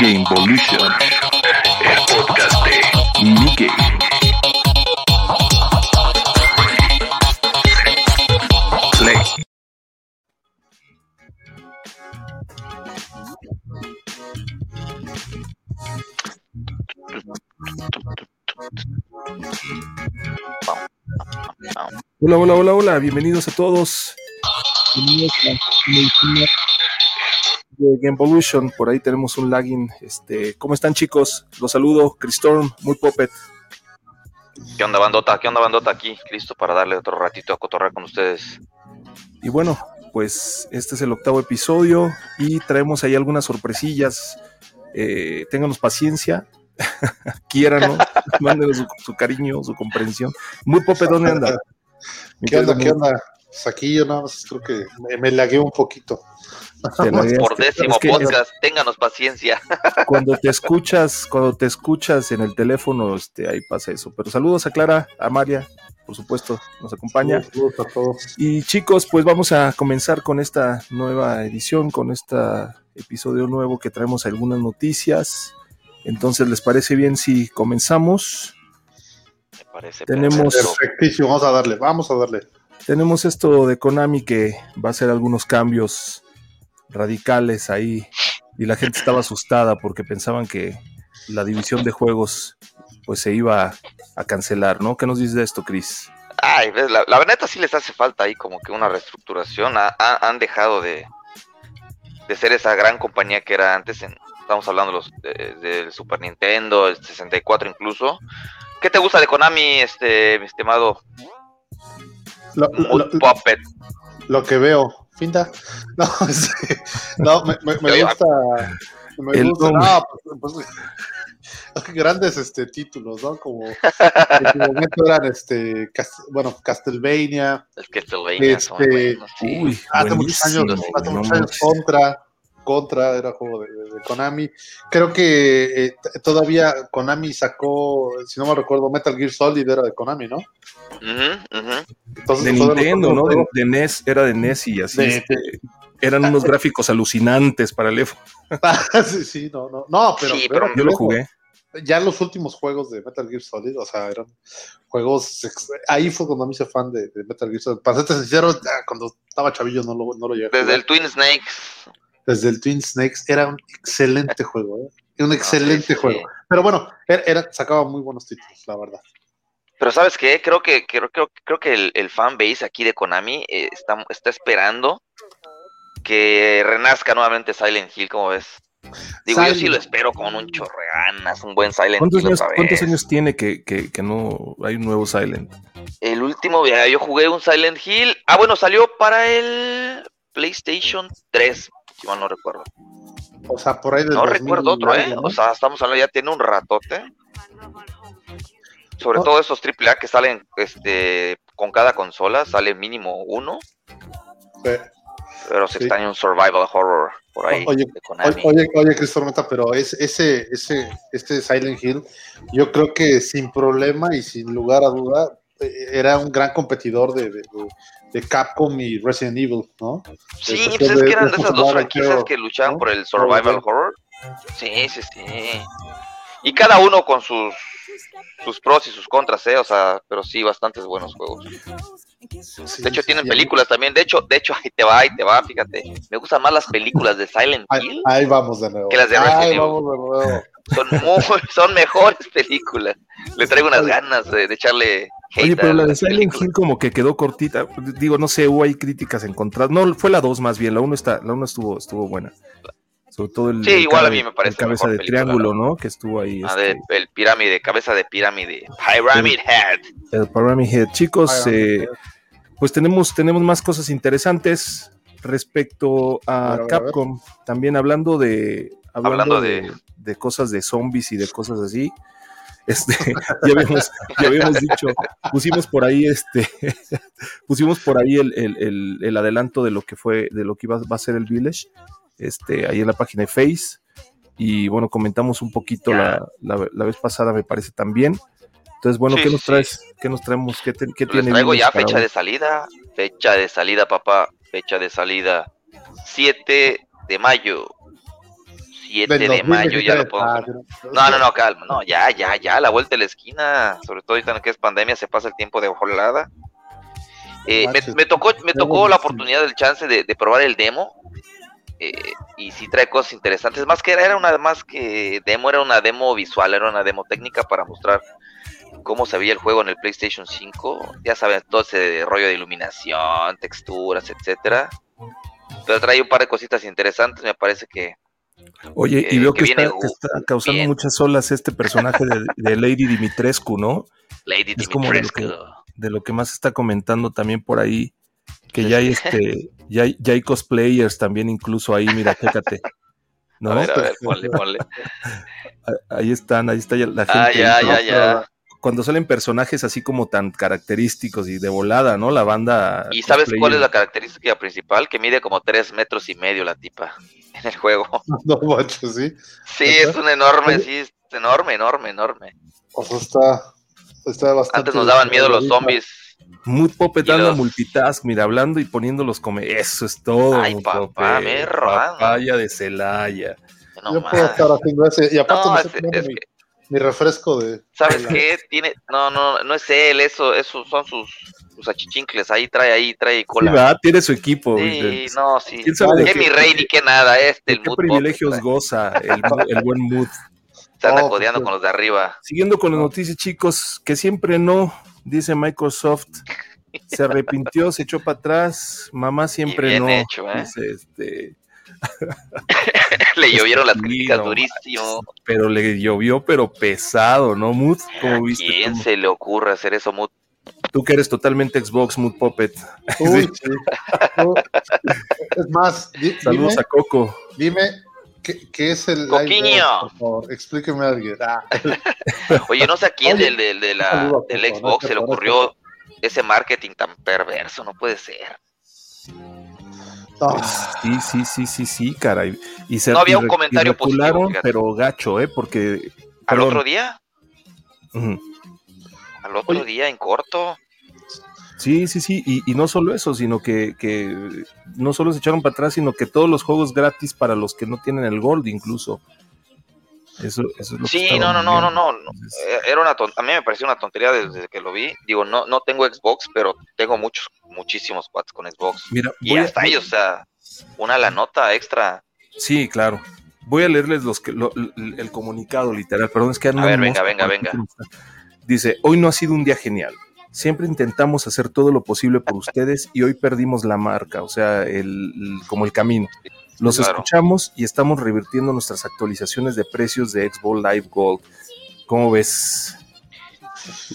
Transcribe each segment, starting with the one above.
Game Evolution, el podcast de Nikkei. Play. Hola, hola, hola, hola, bienvenidos a todos. Bienvenidos a la medicina de Game Evolution. Por ahí tenemos un lagging. Este, ¿Cómo están, chicos? Los saludo, Cristorm, muy popet. ¿Qué onda, bandota? ¿Qué onda, bandota? Aquí, listo para darle otro ratito a cotorrear con ustedes. Y bueno, pues este es el octavo episodio y traemos ahí algunas sorpresillas. Eh, ténganos paciencia, quiéranos, mándenos su, su cariño, su comprensión. Muy popet, ¿dónde anda? ¿Qué onda? ¿Qué onda? Pues aquí yo nada más creo que me, me lagué un poquito. Te la Por ideaste. décimo Es que podcast, ténganos paciencia. Cuando te escuchas, cuando te escuchas en el teléfono, este, ahí pasa eso. Pero saludos a Clara, a María, por supuesto, nos acompaña. Saludos a todos. Y chicos, pues vamos a comenzar con esta nueva edición, con este episodio nuevo que traemos algunas noticias. Entonces, ¿les parece bien si comenzamos? Me parece Tenemos- perfecto. Perfectísimo, vamos a darle, vamos a darle. Tenemos esto de Konami que va a hacer algunos cambios radicales ahí. Y la gente estaba asustada porque pensaban que la división de juegos pues se iba a cancelar, ¿no? ¿Qué nos dices de esto, Chris? Ay, ves, la, la neta sí les hace falta ahí como que una reestructuración. Ha- ha- han dejado de, de ser esa gran compañía que era antes. en- estamos hablando los, de- del Super Nintendo, el 64 incluso. ¿Qué te gusta de Konami, este, mi estimado Lo, lo- Mood lo- Puppet? lo que veo, finta. No, sí. no me, me- me Yo- gusta. Me El gusta. hombre. No, pues, pues, grandes este, títulos, ¿no? Como en su momento eran este, Cas- bueno, Castlevania, El Castlevania son Este, buenos, sí. Uy, Hace muchos buenísimo, años, hace no muchos años manches. contra, contra era juego de, de Konami. Creo que eh, t- todavía Konami sacó, si no me recuerdo, Metal Gear Solid era de Konami, ¿no? Ujú, ujú. Entonces, De todos los Nintendo, ¿no? otros De, juegos de NES, era de NES y así. De- Ah, este, eran unos gráficos alucinantes para el EFO. sí, sí, no, no, no, pero, Sí, pero Yo lo jugué. ya los últimos juegos de Metal Gear Solid, o sea, eran juegos, ex- ahí fue cuando me hice fan de, de Metal Gear Solid. Para serte sincero, ya cuando estaba chavillo no lo, no lo llegué a Desde jugar. el Twin Snakes. Desde el Twin Snakes, era un excelente juego, ¿eh? Un excelente No, sí, sí. juego. Pero bueno, era, era- sacaba muy buenos títulos, la verdad. Pero ¿sabes qué? Creo que, creo, creo, creo que el, el fanbase aquí de Konami eh, está, está esperando que renazca nuevamente Silent Hill, como ves? Digo, yo sí Silent- lo espero con un chorro de ganas, un buen Silent ¿Cuántos Hill años, otra vez. cuántos años tiene que, que- que no hay un nuevo Silent? El último, ya, yo jugué un Silent Hill. Ah, bueno, salió para el PlayStation 3, si mal no recuerdo. O sea, por ahí del No 2000 recuerdo otro, ¿eh? algo, ¿no? O sea, estamos hablando, ya tiene un ratote. Sobre Oh. todo esos AAA que salen este, con cada consola, sale mínimo uno. Sí. Pero se Sí. extraña un survival horror por ahí Oye, de Oye, Konami. oye, oye, Chris Tormenta, pero es, ese, ese, este Silent Hill, yo creo que sin problema y sin lugar a duda, eh, era un gran competidor de, de- de- de Capcom y Resident Evil, ¿no? sí, pues, pues es de- que eran de de esas dos survival franquicias horror, que luchaban ¿no? por el survival Survival. horror. Sí, sí, sí. Y cada uno con sus sus pros y sus contras, ¿eh? O sea, pero sí, bastantes buenos juegos. Sí, De hecho, sí, tienen sí, películas también. De hecho, de hecho, ahí te va, ahí te va, fíjate. Me gustan más las películas de Silent Ahí, Hill. ahí vamos de nuevo. Que las de Resident ahí Evil. vamos de nuevo. Son muy, son mejores películas. Le traigo unas ganas de, de echarle hate Oye, pero a la de las Silent películas. Hill como que quedó cortita. Digo, no sé, hubo ahí críticas encontradas. No, fue la 2 más bien, la 1 está, la 1 estuvo, estuvo buena. Sobre todo el, Sí, el igual a cabe- mí me parece el cabeza mejor de película, triángulo, la ¿no? Que estuvo ahí. Ah, este, de- el pirámide, cabeza de pirámide. Pyramid Head. el Pyramid Head. Chicos, Ah, Ahí eh, pues tenemos, tenemos más cosas interesantes respecto A a, ver, a ver. Capcom. También hablando de hablando, Hablando de, de- de cosas de zombies y de cosas así. Este, ya habíamos, ya habíamos dicho, pusimos por ahí este, pusimos por ahí el, el- el- el adelanto de lo que fue, de lo que iba, va a ser el Village, este, ahí en la página de Face. Y bueno, comentamos un poquito la, la- la vez pasada, me parece también. Entonces, bueno, Sí, ¿qué nos sí. traes? ¿Qué nos traemos? ¿Qué, te- qué Les tiene? traigo Village ya para fecha hoy? de salida. Fecha de salida, papá. Fecha de salida. 7 de mayo. 7 de mayo ya lo podemos. No, no, no, calma. No, ya, ya, ya, la vuelta de la esquina. Sobre todo ahorita en lo que es pandemia, se pasa el tiempo de volada. Eh, me, me, tocó, me tocó la oportunidad del chance de, de probar el demo. eh, y sí trae cosas interesantes. Más que era, era una más que demo, era una demo visual, era una demo técnica para mostrar cómo se veía el juego en el PlayStation 5. Ya saben, todo ese rollo de iluminación, texturas, etcétera. Pero trae un par de cositas interesantes, me parece que Oye, y Eh, veo que que, está, viene, que está causando bien. muchas olas este personaje de, de Lady Dimitrescu, ¿no? Lady Es como de lo que- Dimitrescu. De lo que más está comentando también por ahí, que ya hay este, ya hay, ya hay cosplayers también incluso ahí, mira, chécate. ¿No? Pues, A ver, a ver, ponle, ponle. A- Ahí están, ahí está ya la gente. Ah, ya, ¿no? ya, ya. Cuando salen personajes así como tan característicos y de volada, ¿no? La banda. ¿Y sabes cosplayer. cuál es la característica principal? Que mide como tres metros y medio la tipa en el juego. No, macho, sí. Sí, Ajá. es un enorme, sí, es enorme, enorme, enorme. O sea, está, está bastante. Antes nos daban miedo los zombies. Muy Puppet Y anda los- multitask, mira, hablando y poniendo los come. Eso es todo. Ay, Mood papá, Puppet. me he robado. Papaya de Celaya. No, Yo puedo mames. estar haciendo ese. Y aparte, No, me es- estoy tomando es mi, que- mi refresco de. ¿Sabes qué? Tiene, no, no, no es él, eso, eso son sus, sus achichincles, ahí trae, ahí trae Sí, cola. ¿verdad? Tiene su equipo. Sí, ¿Quién no, sí. sabe de Que qué, mi rey ni que nada, este, de el qué mood board, privilegios trae. goza el, el buen mood? Se anda Oh, codeando sí. con los de arriba. Siguiendo con las noticias, chicos, que siempre no, dice Microsoft. Se arrepintió, se echó para atrás. Mamá siempre bien no. hecho, ¿eh? dice, este, Le llovieron las críticas no durísimo. pero le llovió, pero pesado, ¿no, Mood? ¿A ¿Cómo viste? quién tú? se le ocurre hacer eso, Mood? Tú que eres totalmente Xbox, Mood Puppet. Uy, Sí. sí. No, es más, di- dime, Saludos a Coco. dime qué, qué es el. Coquiño. Live Gold, por favor, explíqueme a alguien. Ah, Oye, no sé a quién Oye, del, del- de la- saludo a del Coco, no Xbox te se le parece. ocurrió ese marketing tan perverso, no puede ser. no. Pues, Sí, sí, sí, sí, sí, caray. Y se No había un y re- comentario y recularon, positivo, fíjate. pero gacho, ¿eh? Porque. Al perdón, otro día, ujú. al otro Oye. día en corto. Sí, sí, sí, y, y no solo eso, sino que, que no solo se echaron para atrás, sino que todos los juegos gratis para los que no tienen el Gold incluso. Eso, eso es lo que Sí, no, estaba no, no, no, viendo. no, no. Entonces, Eh, Era una ton- a mí me pareció una tontería desde que lo vi. Digo, no, no tengo Xbox, pero tengo muchos, muchísimos cuates con Xbox. mira, Y voy a- hasta ellos, o sea, una la nota extra. Sí, claro. Voy a leerles los que, lo- l- el comunicado literal. Perdón, es que andan ver, unos- venga, venga, venga. Dice, hoy no ha sido un día genial. Siempre intentamos hacer todo lo posible por ustedes y hoy perdimos la marca, o sea, el, el- como el camino. Los Claro. escuchamos y estamos revirtiendo nuestras actualizaciones de precios de Xbox Live Gold. ¿Cómo ves?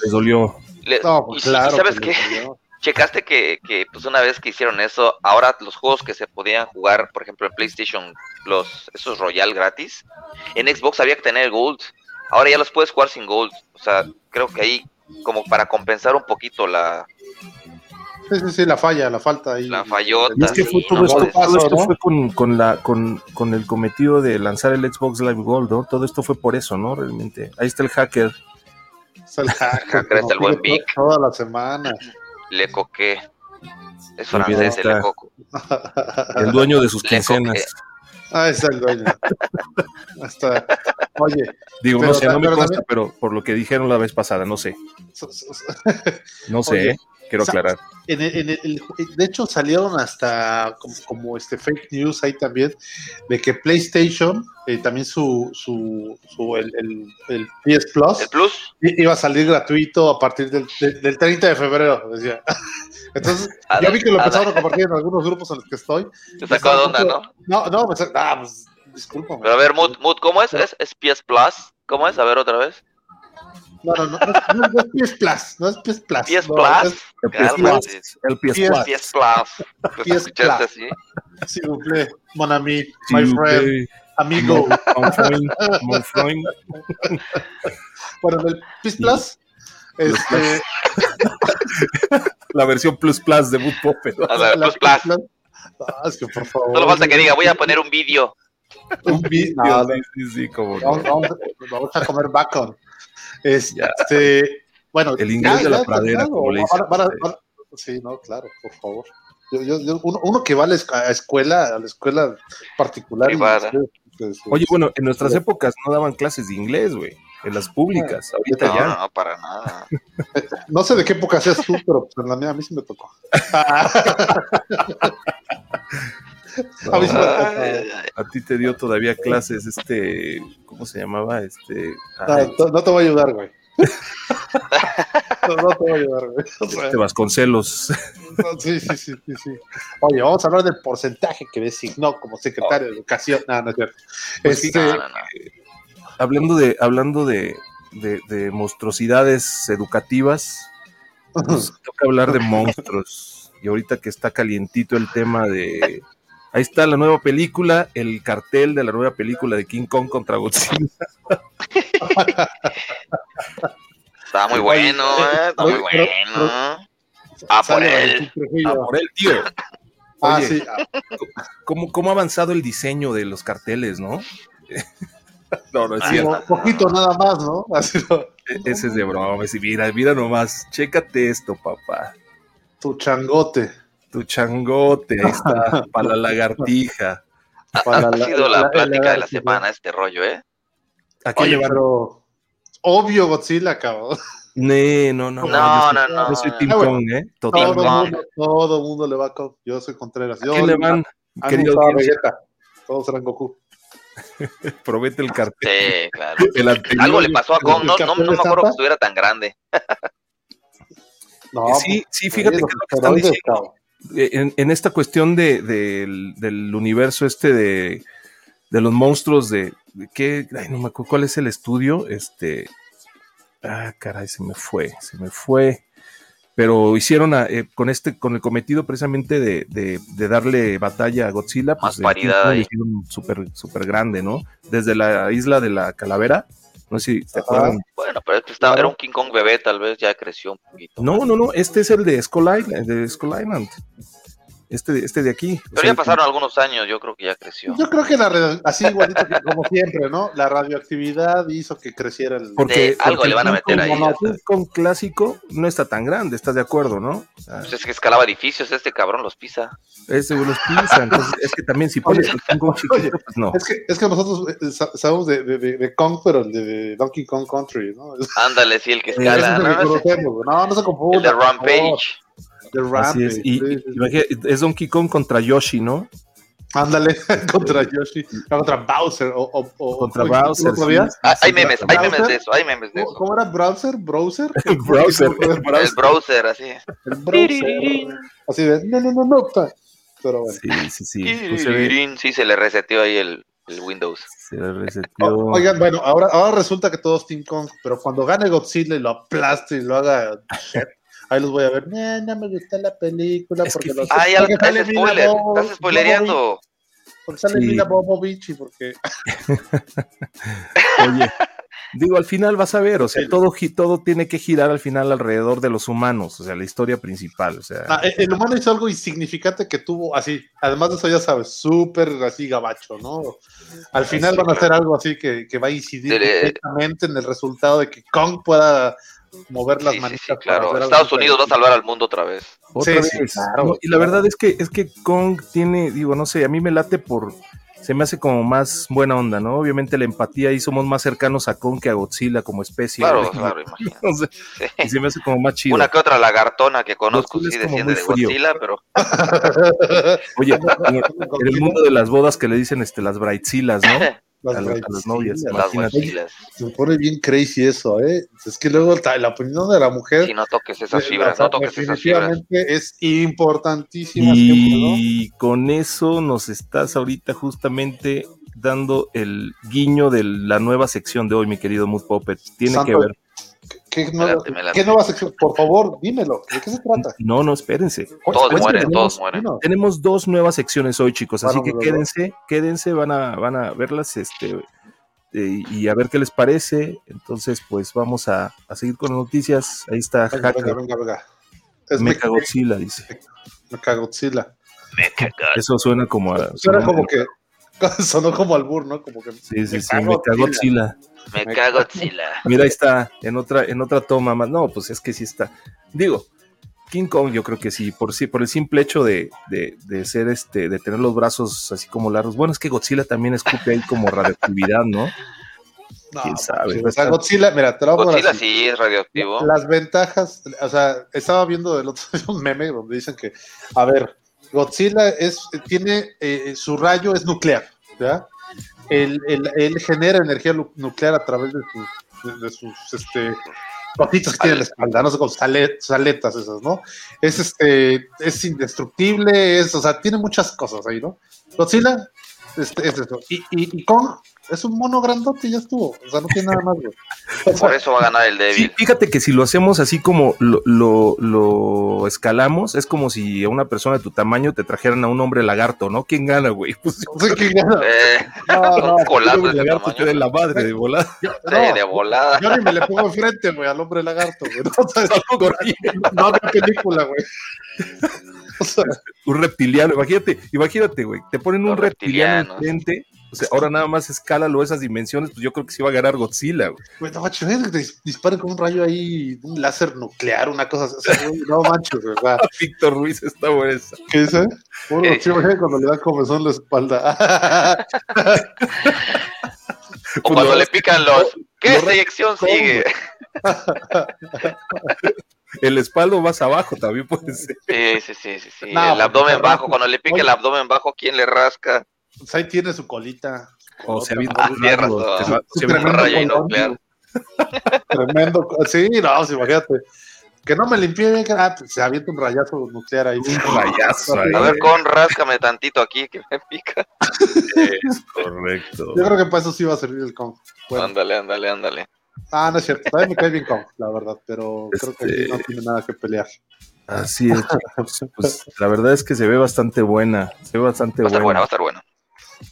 Les dolió. Le- No, y, pues sí, claro. ¿Sabes que qué? le salió. Checaste que, que, pues una vez que hicieron eso, ahora los juegos que se podían jugar, por ejemplo, en PlayStation, los esos Royal gratis, en Xbox había que tener Gold. Ahora ya los puedes jugar sin Gold. O sea, creo que ahí como para compensar un poquito la, Sí, sí, sí, la falla, la falta ahí. La fallota. Y es que Sí, fue todo no esto, puedes. todo esto ¿no? fue con, con la, con, con el cometido de lanzar el Xbox Live Gold, ¿no? Todo esto fue por eso, ¿no? Realmente. Ahí está el hacker. Se la- Acá está el buen Vic. Toda la semana. Le Coque. Es Muy bien, francés, ahí el está. Le Coque. El dueño de sus Le coqué. quincenas. Ah, está el dueño. Hasta, oye, Digo, no Pero sé, no me también- consta, pero por lo que dijeron la vez pasada, no sé. so- so- so- No sé, Oye, ¿eh? quiero sa- aclarar. en el- en el- de hecho salieron hasta como, como este fake news ahí también de que PlayStation, eh, también su, su, su- el, el- el PS Plus El Plus. i- iba a salir gratuito a partir del, del- del 30 de febrero, decía. Entonces, A yo la- vi que lo a la- empezaron a compartir en algunos grupos en los que estoy. Se sacó de onda, ¿no? No, no, pues, ah, pues, discúlpame. Pero a ver, Mood, Mood, ¿cómo es? ¿Es, es PS Plus? ¿Cómo es? A ver, otra vez. No, no, no, no, no es PS Plus, no es PS Plus. PS no, Plus. El PS Cálmate. Plus, el PS Plus. PS Plus. ¿Pues PS escuchaste Plus. así? es- s'il vous plaît, mon ami, Sí, my friend, güey. amigo. Mon Freund, Mon Freund. Bueno, en el PS Plus, este, La versión Plus Plus de Boot Puppet. A ver, la- Plus Plus. Ah, es que por favor. Solo falta que diga, voy a poner un vídeo. un Sí, video. No, sí, sí, cómo no. vamos, vamos- vamos a comer bacon. Este, bueno, El inglés de la pradera, claro, como le dicen ahora- ahora- ustedes. ahora- sí, no, claro, por favor. Yo- yo- yo- uno, uno que va a la esc- a escuela, a la escuela particular, y Privada. ustedes pues, Oye, bueno, en nuestras épocas no daban clases de inglés, güey. En las públicas, Ah, ahorita No, ya. no, no, para nada. no sé de qué época seas tú, pero pues, en la mía a mí sí me tocó. a mí sí me tocó. Ay, ay, A ti te dio todavía clases, este, ¿cómo se llamaba? Este, ay, No, no te voy a ayudar, güey. No, no te voy a ayudar, güey. O sea, este Vasconcelos. no, sí, sí, sí, sí, sí. Oye, vamos a hablar del porcentaje que designó como secretario de Educación. No, no es cierto. Pues Este, no, no, no. hablando de, hablando de, de- de monstruosidades educativas, nos toca hablar de monstruos. Y ahorita que está calientito el tema de. Ahí está la nueva película, el cartel de la nueva película de King Kong contra Godzilla. Está muy Oye, bueno, eh, eh, está muy pero- pero- bueno. Ah, por sale él. Valentín Trujillo. Ah, por el tío. Ah, Oye, sí. ¿cómo, ¿Cómo ha avanzado el diseño de los carteles, no? No, no es Ah, cierto. Un poquito nada más, ¿no? Así, ¿no? Ese es de broma. sí, Mira, mira nomás. Chécate esto, papá. Tu changote. Tu changote, ahí está, para la lagartija. Para Ha la- sido la la- plática de la la- semana este rollo, ¿eh? ¿A qué Oye, llevar? pero obvio Godzilla, cabrón. Nee, no, no, No, yo no, soy- no. Yo soy Tim Ah, bueno. Kong, ¿eh? Todo Team Kong. Totalmente. mundo, todo mundo le va a Kong. Yo soy Contreras. Yo ¿A quién le van? han Querido usado a audiencia, Vegeta. Todos serán Goku. probete el cartel. Sí, claro. El anterior. Algo le pasó a Kong, no, no, no me acuerdo ¿Escapa? que estuviera tan grande. No, Sí, sí, pues, fíjate sí, que lo los que están esteroides, diciendo cabrón. eh, en, en esta cuestión de, del- del universo este de, de los monstruos de, de qué, ay, no me acuerdo cuál es el estudio, este, ah, caray, se me fue, se me fue, pero hicieron a- eh, con este, con el cometido precisamente de, de- de darle batalla a Godzilla, Más eh, paridad King Kong ahí. lo hicieron súper, súper grande, ¿no? Desde la isla de la calavera, no sé si Ajá. te acuerdan Bueno, pero este estaba, Claro. era un King Kong bebé, tal vez ya creció un poquito. No, no, no, este es el de Skull Island. De Skull Island. Este, este de aquí. O Pero sea, ya pasaron algunos años, yo creo que ya creció. Yo creo que la re- así igualito que como siempre, ¿no? La radioactividad hizo que creciera el. Porque, Sí, algo porque le van a el meter ahí, King ya Kong con clásico no está tan grande, ¿estás de acuerdo, no? O sea, Pues es que escalaba edificios, este cabrón los pisa. es de los pizza, entonces es que también si pones el King Kong chiquito, oye, pues no. Es que, es que nosotros eh, sa- sabemos de, de- de- de Kong, pero el de, de Donkey Kong Country, ¿no? Ese Ándale, sí, el que Eh, es el escala. No, que no, ese- conocemos, güey. no, no se confunda. el de por favor. Rampage. De Así Rampage. es. Y, sí, y- sí, sí. imagínate, es Donkey Kong contra Yoshi, ¿no? Ándale, contra Yoshi, no, contra Bowser o, o, o- Contra o- Bowser. ¿Otro sí. día? Ah, hay Sí, memes, hay contra memes de eso, hay memes de ¿Cómo, eso. cómo era browser? ¿Browser? Browser. El El browser, así. El browser. Así de, no, no, no, no. ta. Pero bueno. Sí, sí, sí. Pues se ve- Tirirín, Sí, se le reseteó ahí el, el Windows. se le reseteó. O- Oigan, bueno, ahora, ahora resulta que todos Team Kong, pero cuando gane Godzilla y lo aplaste y lo haga shit, ahí los voy a ver. No, no me gusta la película Es que porque los. fíjate- Ah, ya porque estás sale Mila spoiler, Bo- estás spoilereando. Bobovic, Porque sale Sí. Mila Bobovich y porque. Oye, digo, al final vas a ver, o sea, todo, gi- todo tiene que girar al final alrededor de los humanos, o sea, la historia principal, o sea, Ah, el, el humano hizo algo insignificante que tuvo así. Además de eso, ya sabes, súper así gabacho, ¿no? Al final Sí, van a claro. hacer algo así que, que va a incidir Dele- directamente en el resultado de que Kong pueda mover las Sí, sí, manitas. sí, para hacer claro. algo Estados diferente. Unidos va a salvar al mundo otra vez. otra sí, vez. claro, No, y la claro. verdad es que es que Kong tiene, digo, no sé, a mí me late por se me hace como más buena onda, ¿no? Obviamente la empatía y somos más cercanos a Kong que a Godzilla como especie. Claro, ¿no? claro, imagínate. No sé, Sí. y se me hace como más chido. Una que otra lagartona que conozco Godzilla es sí como desciende muy de frío. Godzilla, pero Oye, en el- en el mundo de las bodas que le dicen este las Brightzilas, ¿no? Las a las- a las novias, Godzilla. las Imagínate. Godzillas. Se pone bien crazy eso, ¿eh? Es que luego ta- la opinión de la mujer. Si no toques esas eh, o fibras, sea, no toques esas fibras. definitivamente es importantísima. siempre, ¿no? Y con eso nos estás ahorita justamente dando el guiño de la nueva sección de hoy, mi querido Mood Puppet. Tiene Santo. que ver. ¿Qué, nueva- Adelante, adelante. qué nueva sección? Por favor, dímelo. ¿De qué se trata? No, no, espérense. Todos Cuéntanos, mueren, dinos, todos mueren. dinos. Tenemos dos nuevas secciones hoy, chicos, así Vamos, que los quédense, quédense, van a, van a verlas este, eh, y a ver qué les parece. Entonces, pues vamos a, a seguir con las noticias. Ahí está Venga, venga, Hacker, venga, venga. Es Mecha Mecha- Godzilla, dice. Mechagodzilla. Eso suena como a. Suena como que. Sonó como albur, ¿no? Como que. Sí, sí, sí, Mecha Mechagodzilla. Godzilla. Me cago Godzilla. Mira, ahí está, en otra, en otra toma más. No, pues es que sí está. Digo, King Kong, yo creo que sí, por, sí, por el simple hecho de, de, de ser este, de tener los brazos así como largos. Bueno, es que Godzilla también escupe ahí como radioactividad, ¿no? No, ¿Quién pues, sabe? o sea, Godzilla, mira, te lo voy a poner Godzilla así. sí es radioactivo. Las ventajas, o sea, estaba viendo el otro día un meme donde dicen que, a ver, Godzilla es, tiene, eh, su rayo es nuclear, ¿ya? Él, él- él genera energía lu- nuclear a través de sus, de, de sus este, patitas que tiene en la espalda, no sé, con aletas esas, ¿no? Es, este, es indestructible, es, o sea, tiene muchas cosas ahí, ¿no? Godzilla este, es eso. Y, y, y Kong es un mono grandote y ya estuvo, o sea, no tiene nada más, güey. O sea, Por eso va a ganar el Sí, débil. fíjate que si lo hacemos así como lo, lo- lo escalamos, es como si a una persona de tu tamaño te trajeran a un hombre lagarto, ¿no? ¿Quién gana, güey? Pues si no sé qué gana. Eh, No, no, un colapso el de lagarto te dé tamaño. la madre de volada. yo, Sí, no, de volada. yo ni me le pongo enfrente, güey, al hombre lagarto, güey. O sea, Salgo corriendo. no, no había película, güey. O sea, un reptiliano, imagínate, imagínate, güey, te ponen un Los reptiliano reptilianos. enfrente, o sea, ahora nada más escálalo a esas dimensiones, pues yo creo que sí va a ganar Godzilla, güey. güey, no manches, es que dis- disparan con un rayo ahí, un láser nuclear, una cosa así. O sea, güey, no manches, güey. o sea, Víctor Ruiz está por esa. ¿Qué dice? Puro ¿Qué lo dice? chivo, güey, cuando le da comezón en la espalda. O cuando le pican los. ¿Qué los selección Kong, sigue? El espaldo más abajo también puede ser. Sí, sí, sí, sí. sí. No, pues, el abdomen porque- bajo. Cuando le pica el Oye. abdomen bajo, ¿quién le rasca? Pues ahí tiene su colita. O se avienta Ah, un tienes largo, razón. se va- Su se avienta un tremendo rayo colgón, nuclear. güey. Tremendo. co- Sí, no, pues, imagínate. Que no me limpié bien, que- ah, pues, se avienta un rayazo nuclear ahí. Un rayazo ahí. A ver, con ráscame tantito aquí que me pica. Es correcto. Yo creo que para eso sí va a servir el Kong. Bueno. Ándale, ándale, ándale. Ah, no es cierto. También me cae bien Kong, la verdad, pero creo que aquí Este- no tiene nada que pelear. Así es, chicos. Pues la verdad es que se ve bastante buena, se ve bastante Va a estar buena. buena, va a estar buena.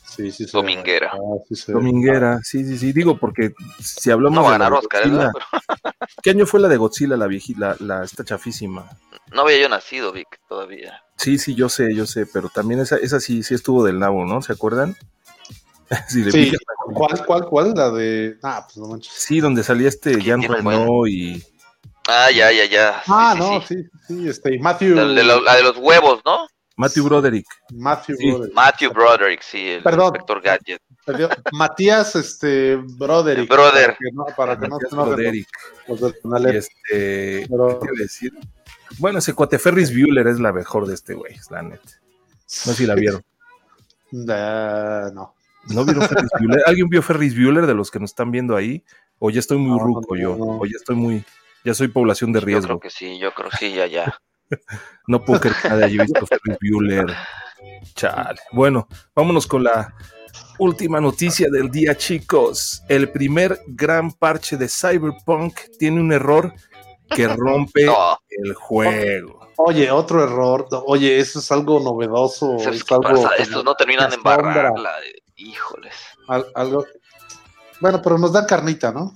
Sí, sí, sí. Dominguera. Ah, sí, sí. Dominguera, sí, sí, sí, digo porque si hablamos No va a de la ganar Oscar, ¿eh? Godzilla- ¿verdad? Pero ¿qué año fue la de Godzilla, la viejita, la, la esta chafísima? no había yo nacido, Vic, todavía. Sí, sí, yo sé, yo sé, pero también esa, esa sí, sí estuvo del nabo, ¿no? ¿Se acuerdan? Sí, le Sí. pica- Ah, ¿Cuál, cuál, cuál? La de. Ah, pues no manches. sí, donde salía este que Jean tiene un Reno y Ah, ya, ya, ya. Sí, Ah, sí, no, sí. sí, sí, sí, este, y Matthew. La, de lo- la de los huevos, ¿no? Matthew Broderick. Matthew sí. Broderick. Matthew Broderick, sí, el Perdón. inspector Gadget. Perdió. Matías, este, Broderick. Brother. Para que no, para que no, Matías no- Broderick. los del Y canal F, este, ¿qué pero- te iba a decir? Bueno, ese cuate Ferris Bueller es la mejor de este güey, es la neta. No sé si la vieron. Nah, no. ¿No vieron Ferris Bueller? ¿Alguien vio Ferris Bueller de los que nos están viendo ahí? O ya estoy muy No, ruco yo, no. o ya estoy muy, ya soy población de Yo creo riesgo. que sí, yo creo que sí, ya, ya. No puedo creer que nadie haya visto Ferris Bueller. Chale. Bueno, vámonos con la última noticia del día, chicos. El primer gran parche de Cyberpunk tiene un error que Eh, rompe No, oh, el juego. Oye, otro error. No, Oye, eso es algo novedoso. ¿sabes Es qué algo, pasa? como- Estos no terminan de asombra. embarrarla. eh, Híjoles. al- algo. Bueno, pero nos dan carnita, ¿no?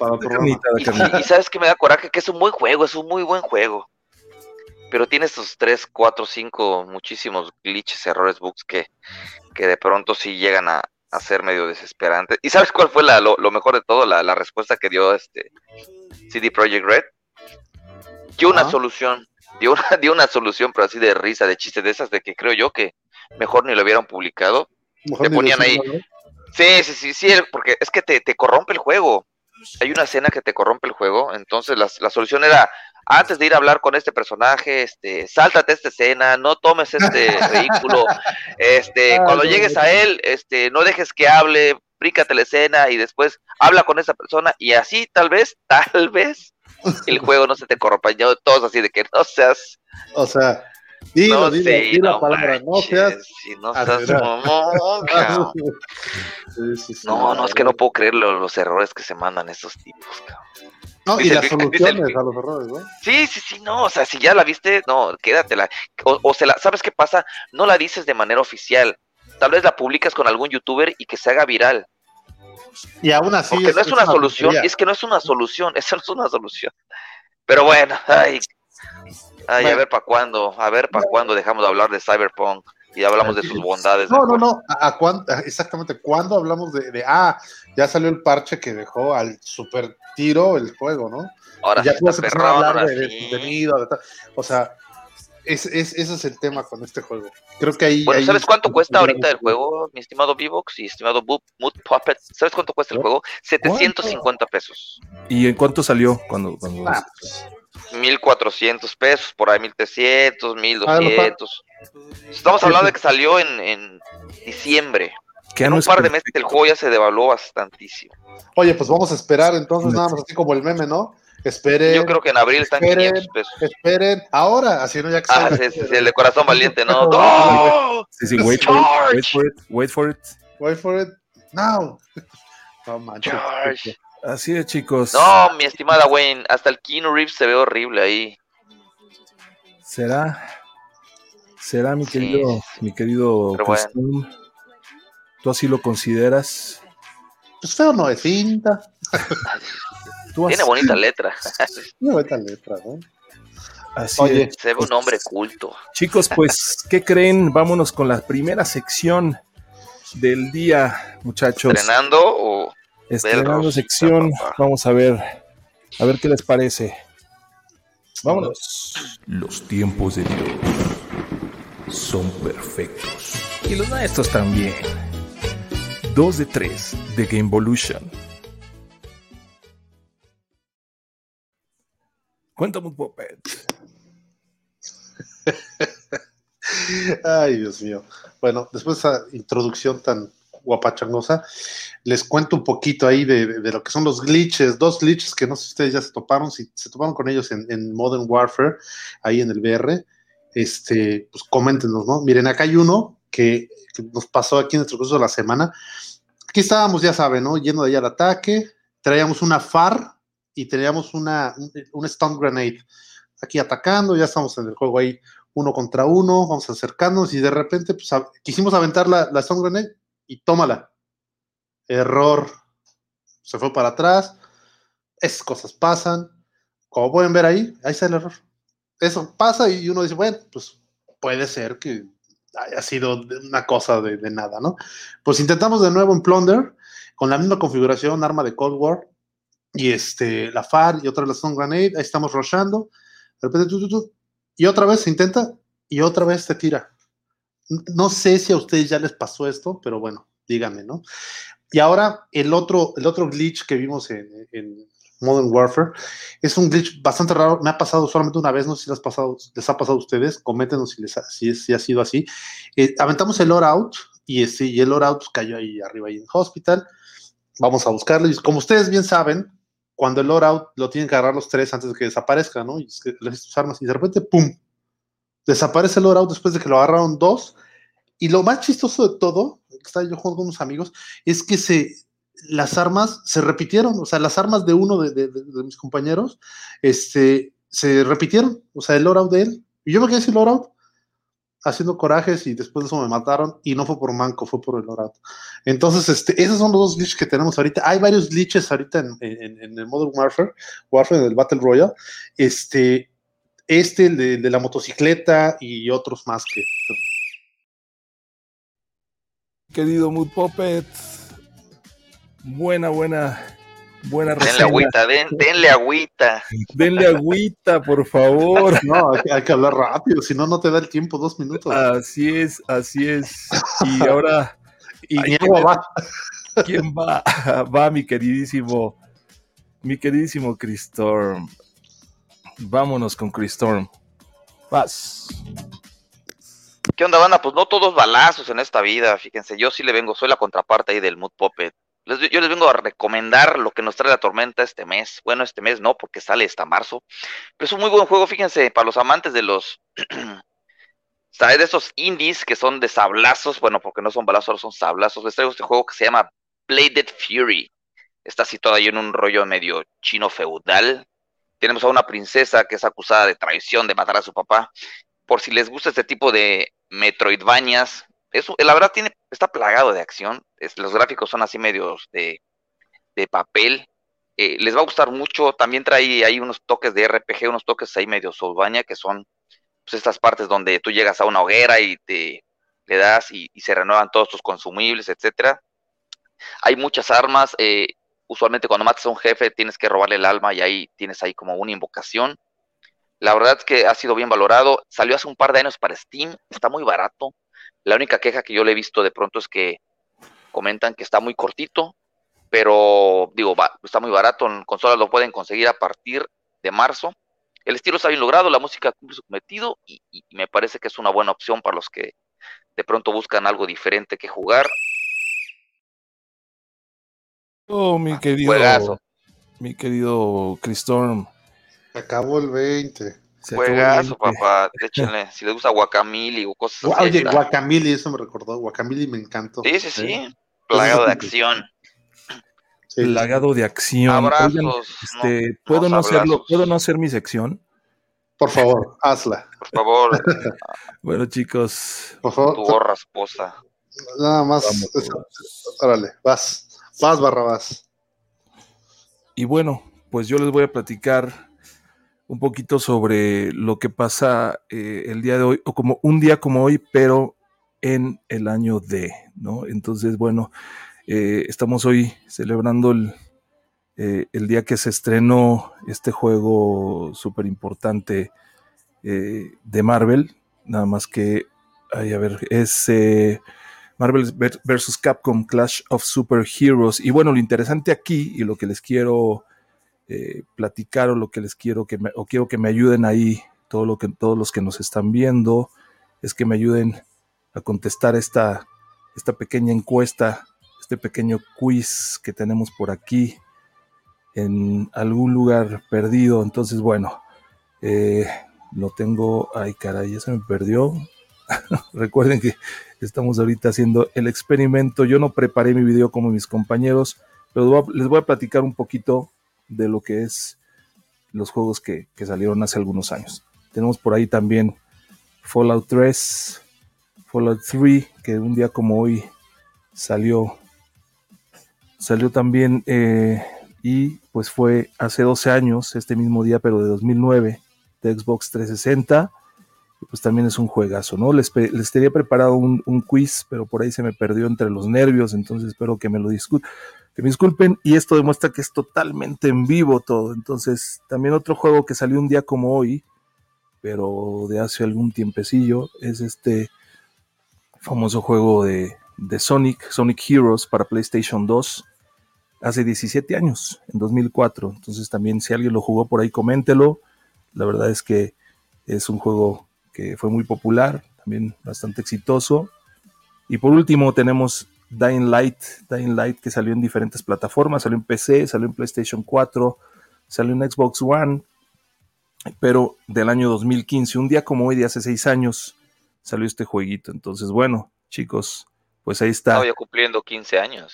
Para el programa. Carnita, Y, carnita. y- y sabes que me da coraje que es un buen juego, es un muy buen juego. Pero tiene estos 3, 4, 5 muchísimos glitches, errores, bugs que, que de pronto sí llegan a, a ser medio desesperantes. ¿Y sabes cuál fue la, lo, lo mejor de todo? La, la respuesta que dio este CD Projekt Red. Dio una Ajá. solución, dio una, dio una solución, pero así de risa, de chiste, de esas de que creo yo que mejor ni lo hubieran publicado. Mejor Te ni ponían decirlo, ¿no? Sí, sí, sí, sí, el- porque es que te, te corrompe el juego. Hay una escena que te corrompe el juego, entonces las- la, solución era, antes de ir a hablar con este personaje, este, sáltate esta escena, no tomes este vehículo, este, Ay, cuando no, llegues no. a él, este, no dejes que hable, brícate la escena y después habla con esa persona y así tal vez, tal vez, el juego no se te corrompa, yo todos así de que no seas, O sea, dilo, no dilo, sé, dilo la palabra, no manches, seas. sí, no Ah, seas mira. mamón, cabrón. Sí, sí, sí. No, no, es que no puedo creer lo- los errores que se mandan estos tipos, cabrón. No, y Dice el las Vic- dice el soluciones Vic. a los errores, ¿no? Sí, sí, sí, no, o sea, si ya la viste, no, quédatela. O, o se la, ¿sabes qué pasa? No la dices de manera oficial. Tal vez la publicas con algún youtuber y que se haga viral. Y aún así. Porque no es una solución, tontería. es que no es una solución, eso no es una solución. Pero bueno, ay, ay, a Bueno. ver para cuándo, a ver para cuándo dejamos de hablar de Cyberpunk. y hablamos de sus bondades. No, no, después. no. ¿A, a cuán- a- exactamente. ¿Cuándo hablamos de, de, ah, ya salió el parche que dejó al super tiro el juego, ¿no? Ahora ya sí puedes está empezar perrón, a hablar ahora de, de sí. contenido, de tal. O sea, es, es, ese es el tema con este juego. Creo que ahí. Bueno, ahí- ¿sabes cuánto cuesta ahorita el juego, mi estimado Vivox y estimado Bu- Mood Puppet? ¿Sabes cuánto cuesta el juego? 750 pesos. ¿Y en cuánto salió? Cuando, cuando- Ah, pues, 1400 pesos, por ahí 1300, A ver, 1200. Estamos hablando de que salió en, en diciembre. ¿qué En año un es par de meses perfecto? el juego ya se devaluó bastantísimo. Oye, pues vamos a esperar entonces, nada más así como el meme, ¿no? Esperen, Yo creo que en abril están esperen. 500 pesos. esperen, ahora, así no ya que Ah, salga. sí, sí, sí, el de corazón valiente, ¿no? ¡Oh, ¡No! No. Sí, sí, wait for it, Charge. wait for it, wait for it. Wait for it, now. No manches. Charge. Así es, chicos. No, mi estimada Wayne, hasta el Keanu Reeves se ve horrible ahí. ¿Será? ¿Será mi Sí, querido, mi querido Pero bueno. Costum? ¿Tú así lo consideras? Pues feo no es cinta. ¿Tú Tiene así- bonita letra. No esta letra, ¿no? así Oye. es. Se ve un hombre culto. Chicos, pues, ¿qué creen? Vámonos con la primera sección del día, muchachos. ¿Estrenando o.? Estrenando Perros, sección. papá. Vamos a ver. A ver qué les parece. Vámonos. Los tiempos de Dios son perfectos. Y los maestros también. 2 de 3 de Gamevolution. Cuéntame un Puppet. Ay, Dios mío. Bueno, después de esa introducción tan guapachangosa, les cuento un poquito ahí de, de- de lo que son los glitches, dos glitches que no sé si ustedes ya se toparon, si se toparon con ellos en, en Modern Warfare, ahí en el VR, este, pues coméntenos, ¿no? Miren, acá hay uno que, que nos pasó aquí en nuestro curso de la semana. Aquí estábamos, ya saben, ¿no? Yendo de allá al ataque, traíamos una FAR y teníamos una, un, un stun grenade. Aquí atacando, ya estamos en el juego ahí uno contra uno, vamos acercándonos y de repente pues, a- quisimos aventar la, la Stone Grenade y tómala. Error. Se fue para atrás. Esas cosas pasan. Como pueden ver ahí, ahí está el error. Eso pasa y uno dice, bueno, pues puede ser que haya sido de una cosa de, de nada, ¿no? Pues intentamos de nuevo en Plunder, con la misma configuración, arma de Cold War, y este, la FAR y otra la Stone Grenade, ahí estamos rochando, de repente, tu, tu, tu, y otra vez se intenta y otra vez te tira. N- No sé si a ustedes ya les pasó esto, pero bueno, díganme, ¿no? Y ahora el otro, el otro glitch que vimos en, en Modern Warfare es un glitch bastante raro. Me ha pasado solamente una vez, no sé si les ha pasado, les ha pasado a ustedes. Coméntenos si, les ha, si, es- si ha sido así. Eh, aventamos el Lore Out y, este, y el Lore Out cayó ahí arriba, ahí en Hospital. Vamos a buscarlo. Y como ustedes bien saben, cuando el Lore Out lo tienen que agarrar los tres antes de que desaparezca, ¿no? Y es que les sus armas y de repente, ¡pum! desaparece el out después de que lo agarraron dos. Y lo más chistoso de todo, que estaba yo jugando con unos amigos, es que se, las armas se repitieron. O sea, las armas de uno de, de- de- de mis compañeros este, se repitieron. O sea, el load out de él. Y yo me quedé sin load out, haciendo corajes y después de eso me mataron. Y no fue por manco, fue por el load out. Entonces, este, esos son los dos glitches que tenemos ahorita. Hay varios glitches ahorita en, en- en el Modern Warfare, Warfare, en el Battle Royale. Este, este, el de, el de la motocicleta y otros más que. Querido Mood Puppet. Buena, buena, buena Denle reseña. agüita, den- denle agüita. Denle agüita, por favor. No, hay, hay que hablar rápido, si no, no te da el tiempo, dos minutos. Así es, así es. Y ahora, y hay ni que agua ver. va. ¿quién va? Va mi queridísimo, mi queridísimo Cristorm. Vámonos con Cristorm. Paz. ¿Qué onda, banda? Pues no todos balazos en esta vida, fíjense, yo sí le vengo, soy la contraparte ahí del Mood Puppet. Les- yo les vengo a recomendar lo que nos trae la tormenta este mes. Bueno, este mes no, porque sale hasta marzo. Pero es un muy buen juego, fíjense, para los amantes de los... ¿Sabes? De esos indies que son de sablazos, bueno, porque no son balazos, ahora son sablazos. Les traigo este juego que se llama Bladed Fury. Está situado ahí en un rollo medio chino feudal. Tenemos a una princesa que es acusada de traición, de matar a su papá por si les gusta este tipo de Metroidvanias. Eso, la verdad, tiene, está plagado de acción. es- los gráficos son así medios de, de papel. eh, les va a gustar mucho. También trae ahí unos toques de RPG, unos toques ahí medio Solvania, que son pues, estas partes donde tú llegas a una hoguera y te le das y, y se renuevan todos tus consumibles, etcétera. Hay muchas armas. eh, usualmente cuando matas a un jefe tienes que robarle el alma y ahí tienes ahí como una invocación. La verdad es que ha sido bien valorado. Salió hace un par de años para Steam. Está muy barato. La única queja que yo le he visto de pronto es que comentan que está muy cortito, pero digo, va- está muy barato. En consolas lo pueden conseguir a partir de marzo. El estilo está bien logrado, la música cumple su cometido y, y me parece que es una buena opción para los que de pronto buscan algo diferente que jugar. Oh, mi querido. Ah, Juegazo. Mi querido Cristorm. Se acabó el 20. se acabó el Juegazo, veinte. papá. Échenle, si les gusta Guacamili o cosas así. Oye, ahí está. Guacamili, eso me recordó. Guacamili me encantó. Sí, sí, sí. Plagado de acción. Sí. Plagado de acción. Abrazos. Oigan, no, este, ¿puedo, no unos hacerlo, abrazos. ¿Puedo no hacer mi sección? Por favor, hazla. por favor, Bueno, chicos. Por tu favor, gorra esposa. nada más. vamos. eso. Órale, vas. Vas, Barrabás. Y bueno, pues yo les voy a platicar un poquito sobre lo que pasa eh, el día de hoy, o como un día como hoy, pero en el año de, ¿no? Entonces, bueno, eh, estamos hoy celebrando el, eh, el día que se estrenó este juego súper importante eh, de Marvel, nada más que, ay, a ver, es... eh, Marvel ver- vs. Capcom Clash of Superheroes. Y bueno, lo interesante aquí y lo que les quiero eh, platicar o lo que les quiero que me, o quiero que me ayuden ahí, todo lo que, todos los que nos están viendo, es que me ayuden a contestar esta, esta pequeña encuesta, este pequeño quiz que tenemos por aquí en algún lugar perdido. Entonces, bueno, eh, lo tengo. Ay, caray, ya se me perdió. Recuerden que Estamos ahorita haciendo el experimento. Yo no preparé mi video como mis compañeros, pero les voy a- les voy a platicar un poquito de lo que es los juegos que, que salieron hace algunos años. Tenemos por ahí también Fallout 3, Fallout 3, que un día como hoy salió. Salió también eh, y pues fue hace 12 años, este mismo día, pero de 2009, de Xbox 360 pues también es un juegazo, ¿no? Les, pe- les tenía preparado un, un quiz, pero por ahí se me perdió entre los nervios, entonces espero que me lo discu- que me disculpen. Y esto demuestra que es totalmente en vivo todo. Entonces, también otro juego que salió un día como hoy, pero de hace algún tiempecillo, es este famoso juego de, de Sonic, Sonic Heroes para PlayStation 2, hace 17 años, en 2004. Entonces, también si alguien lo jugó por ahí, coméntelo. La verdad es que es un juego que fue muy popular, también bastante exitoso. Y por último tenemos Dying Light, Dying Light que salió en diferentes plataformas, salió en PC, salió en PlayStation 4, salió en Xbox One, pero del año 2015, un día como hoy, de hace seis años, salió este jueguito. Entonces, bueno, chicos, pues ahí está. Estaba ya cumpliendo 15 años.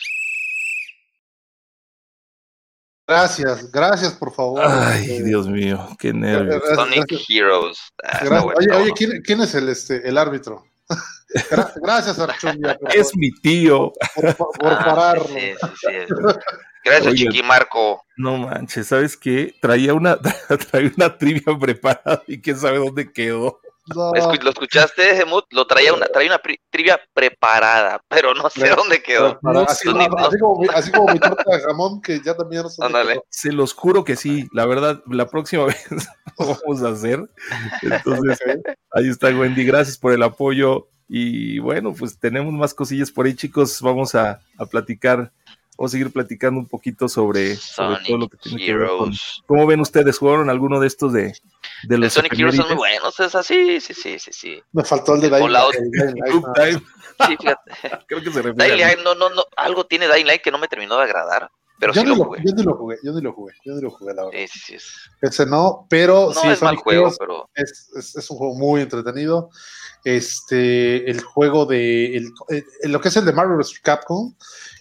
Gracias, gracias, por favor. Ay, Eh, Dios mío, qué nervios. Gracias, Sonic gracias. Heroes. Ah, está Gracias. bueno, Oye, está oye, bueno. ¿quién, quién es el, este, el árbitro? Gra- gracias, Archumbia, por, Es mi tío. por- por- por Ah, pararlo. sí, sí, sí, sí. Gracias, Oye. Chiqui Marco. No manches, ¿sabes qué? Traía una, traía una trivia preparada y quién sabe dónde quedó. No, Escu- ¿Lo escuchaste, Gemut? Lo traía una, traía una pri- trivia preparada, pero no sé Claro. dónde quedó. para- no, así, Sonic, como- así como, mi- así como mi torta de jamón, que ya también no sé dónde Ándale. quedó. Se los juro que sí, la verdad, la próxima vez lo vamos a hacer. Entonces, ahí está Wendy, gracias por el apoyo. Y bueno, pues tenemos más cosillas por ahí, chicos. Vamos a, a platicar, vamos a seguir platicando un poquito sobre, sobre todo lo Sonic que tiene que ver con. Heroes. ¿Cómo ven ustedes? ¿Jugaron alguno de estos de, de El los Sonic Heroes son muy efemérides? buenos, es así, sí, sí, sí, sí. Me faltó el de Dying Fallout. Light, el Dying Light, ah. Club no. Time, Sí, fíjate. creo que se refiere. Dying a mí. Light, no, no, no, algo tiene Dying Light que no me terminó de agradar, pero yo, sí ni lo lo, jugué. yo ni lo jugué, yo ni lo jugué, yo ni lo jugué, la verdad. Sí, sí, sí, es- Ese no, pero No sí, es mal Sonic juego, Heroes pero es, es- es un juego muy entretenido. Este, el juego de el- eh, lo que es el de Marvel vs. Capcom,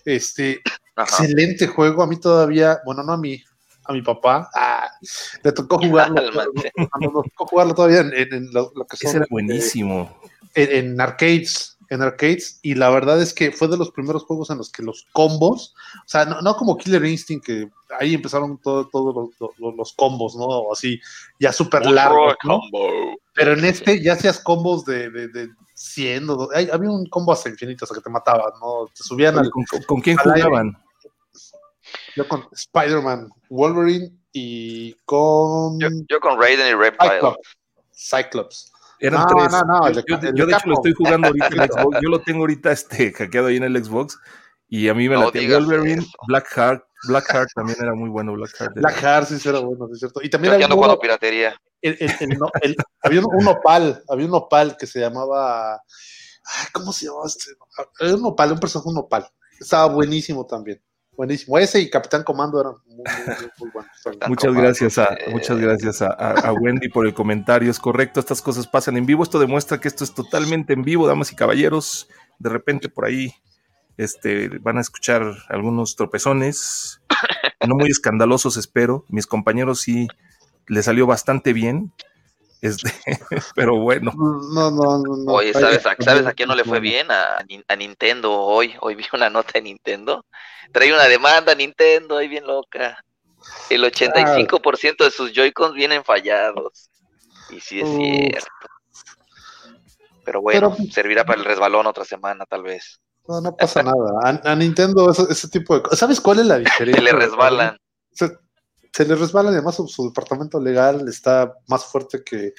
este, ajá. excelente juego. A mí todavía, bueno, no a mí, a mi papá, ah, le tocó jugarlo, Cálmate. nos tocó jugarlo todavía en, en- en lo, lo que son Ese era eh, buenísimo. en, en arcades, en arcades, y la verdad es que fue de los primeros juegos en los que los combos, o sea, no, no como Killer Instinct, que ahí empezaron todos los, los- los combos, ¿no? O así, ya súper Ultra largos, ¿no? Combo. Pero en este ya hacías combos de, de, de 100 o hay- había un combo hasta infinito, hasta que te mataban, ¿no? Te subían al. ¿Con, con- con quién al aire. jugaban? Yo con Spider-Man, Wolverine y con. Yo, yo con Raiden y Reptile. Cyclops. Cyclops. Eran No, tres. no, no, el de- yo, el de yo de hecho Capcom. lo estoy jugando ahorita en el Xbox. Yo lo tengo ahorita este, hackeado ahí en el Xbox. Y a mí me No la tiene digas Wolverine, eso. Black Heart. Black Heart también era muy bueno. Black Heart. Black Heart, sí, sí, era bueno, sí, es cierto. Y también Yo que había ando uno- jugando piratería. el- el- el no- el- había un, un opal, había un opal que se llamaba. ay, ¿Cómo se llamaba este? Era un opal, un personaje, un opal. Estaba buenísimo también. Buenísimo. Ese y Capitán Comando eran muy, muy, muy, muy buenos. también. Tan Muchas romántico, gracias, a, eh. muchas gracias a, a- a Wendy por el comentario. Es correcto, estas cosas pasan en vivo. Esto demuestra que esto es totalmente en vivo, damas y caballeros. De repente por ahí este, van a escuchar algunos tropezones, no muy escandalosos, espero. Mis compañeros sí le salió bastante bien, este, pero bueno. No, no, no. no. Oye, ¿sabes a, Oye, ¿sabes a quién no le fue bueno. bien? A, a Nin- a Nintendo hoy. Hoy vi una nota de Nintendo. Trae una demanda a Nintendo, ahí bien loca. El 85% de sus Joy-Cons vienen fallados. Y sí es Uf. cierto. Pero bueno, Pero- servirá para el resbalón otra semana, tal vez. No, no pasa nada. A, a Nintendo, eso- ese tipo de cosas. ¿Sabes cuál es la diferencia? Se le resbalan. se, se le resbala y además su, su departamento legal está más fuerte que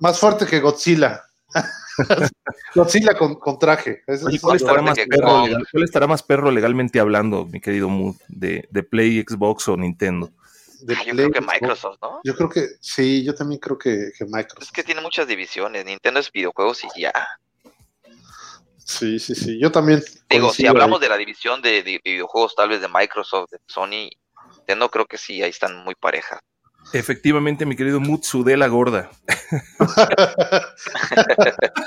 más fuerte que Godzilla. Godzilla con, con traje. Eso Oye, es ¿cuál, lo- estará fuerte más Pues que perro, Kong. legal- cuál estará más perro legalmente hablando, mi querido Mood, de, de Play, Xbox o Nintendo? de Ah, Yo Play, creo que Xbox. Microsoft, ¿no? Yo creo que sí, yo también creo que, que Es Microsoft. que tiene muchas divisiones. Nintendo es videojuegos y ya. Sí, sí, Pues sí. Yo también. Digo, si coincido hablamos ahí. de la división de, de videojuegos, tal vez de Microsoft, de Sony, Nintendo, creo que sí, ahí están muy parejas. Efectivamente, mi querido Mood, sudé la gorda.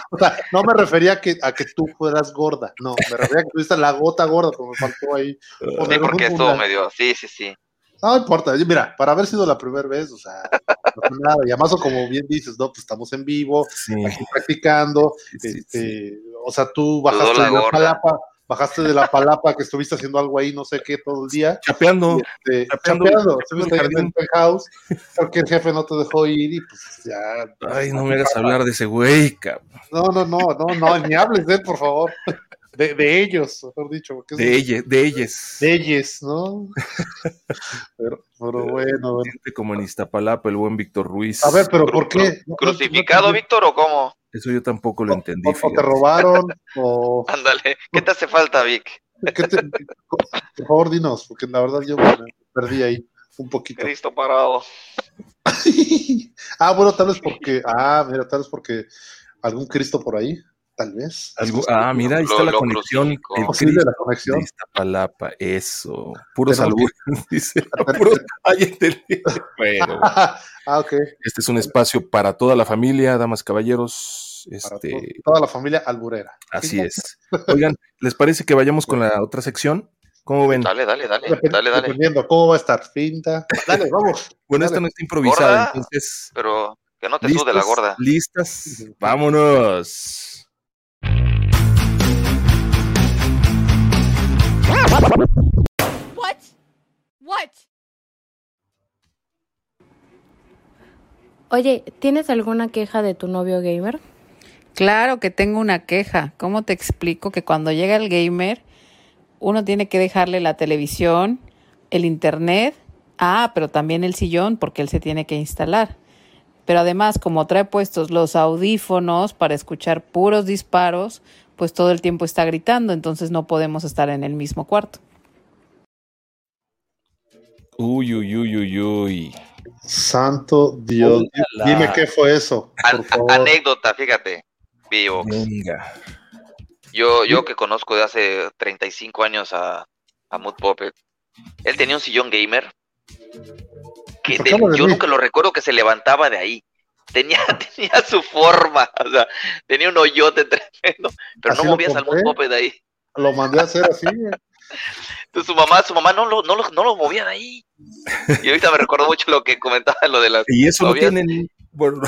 O sea, no me refería a que, a que tú fueras gorda. No, me refería a que tuviste la gota gorda, pero me faltó ahí. Sí, poner porque un- estuvo una- medio. Sí, sí, sí. No importa, yo- mira, para haber sido la primera vez, o sea, no fue nada. Y además, como bien dices, no, pues estamos en vivo, Sí, aquí practicando. sí, sí. este, O sea, tú Sudó bajaste la de la gorda. palapa, bajaste de la palapa que estuviste haciendo algo ahí, no sé qué, todo el día. Chapeando. Este, Chapeando, chambeando, chapeando estuviste el ahí en el jardín. penthouse, porque el jefe no te dejó ir y pues ya. Ay, no me hagas hablar de ese güey, cabrón. No, no, no, no, no, ni hables de él, por favor. De, de ellos, mejor dicho. porque es- De ellas, de ellas. de ellos, ¿no? Pero, pero bueno, bueno. Gente como en Iztapalapa, el buen Víctor Ruiz. A ver, pero Cru- ¿por qué? cru- ¿Crucificado, Víctor. Víctor, o cómo? Eso yo tampoco lo entendí. O, o te fíjate. robaron, o Ándale. ¿Qué te hace falta, Vic? ¿qué te- por favor dinos, porque la verdad yo me perdí ahí un poquito. Cristo parado. ah, bueno, tal vez porque, ah, mira, tal vez porque algún Cristo por ahí, tal vez. Algo- ah, mira, ahí Lo- está la lo conexión. El crucificó. Posible Cristo Ah, la de conexión. Iztapalapa, eso. Puro Tenemos salud. Dice. puro- Ay, entendí. Bueno, ah, ok. este es un espacio para toda la familia, damas, caballeros. Para Este, to- toda la familia alburera. así es. Oigan, ¿les parece que vayamos con la otra sección? ¿Cómo ven? Dale, dale, dale. Depend- Eh, Dale, dale. Dependiendo cómo va a estar finta. Dale, vamos. Bueno, esta dale. no está improvisada, Gorda. entonces. Pero que no te sude la gorda. listas, Ujú. vámonos. What? What? Oye, ¿tienes alguna queja de tu novio gamer? Claro que tengo una queja. ¿Cómo te explico que cuando llega el gamer, uno tiene que dejarle la televisión, el internet, ah, pero también el sillón porque él se tiene que instalar. Pero además, como trae puestos los audífonos para escuchar puros disparos, pues todo el tiempo está gritando, entonces no podemos estar en el mismo cuarto. Uy, uy, uy, uy, uy. Santo Dios. Hola. Dime qué fue eso, por An- favor. a- anécdota, fíjate. Vivo. Venga. Yo, yo que conozco de hace 35 años a, a Mood Puppet, él tenía un sillón gamer. Que ¿Por de- qué hablas Pues de yo mí? nunca lo recuerdo que se levantaba de ahí. Tenía, tenía su forma, o sea, tenía un hoyote tremendo, pero Así no lo movías al compré. Mood Puppet de ahí. Lo mandé a hacer así. eh. güey. Entonces su mamá, su mamá no lo, no lo, no lo movía de ahí. Y ahorita me recuerdo mucho lo que comentaba lo de las Y eso no novias. tienen. Bueno,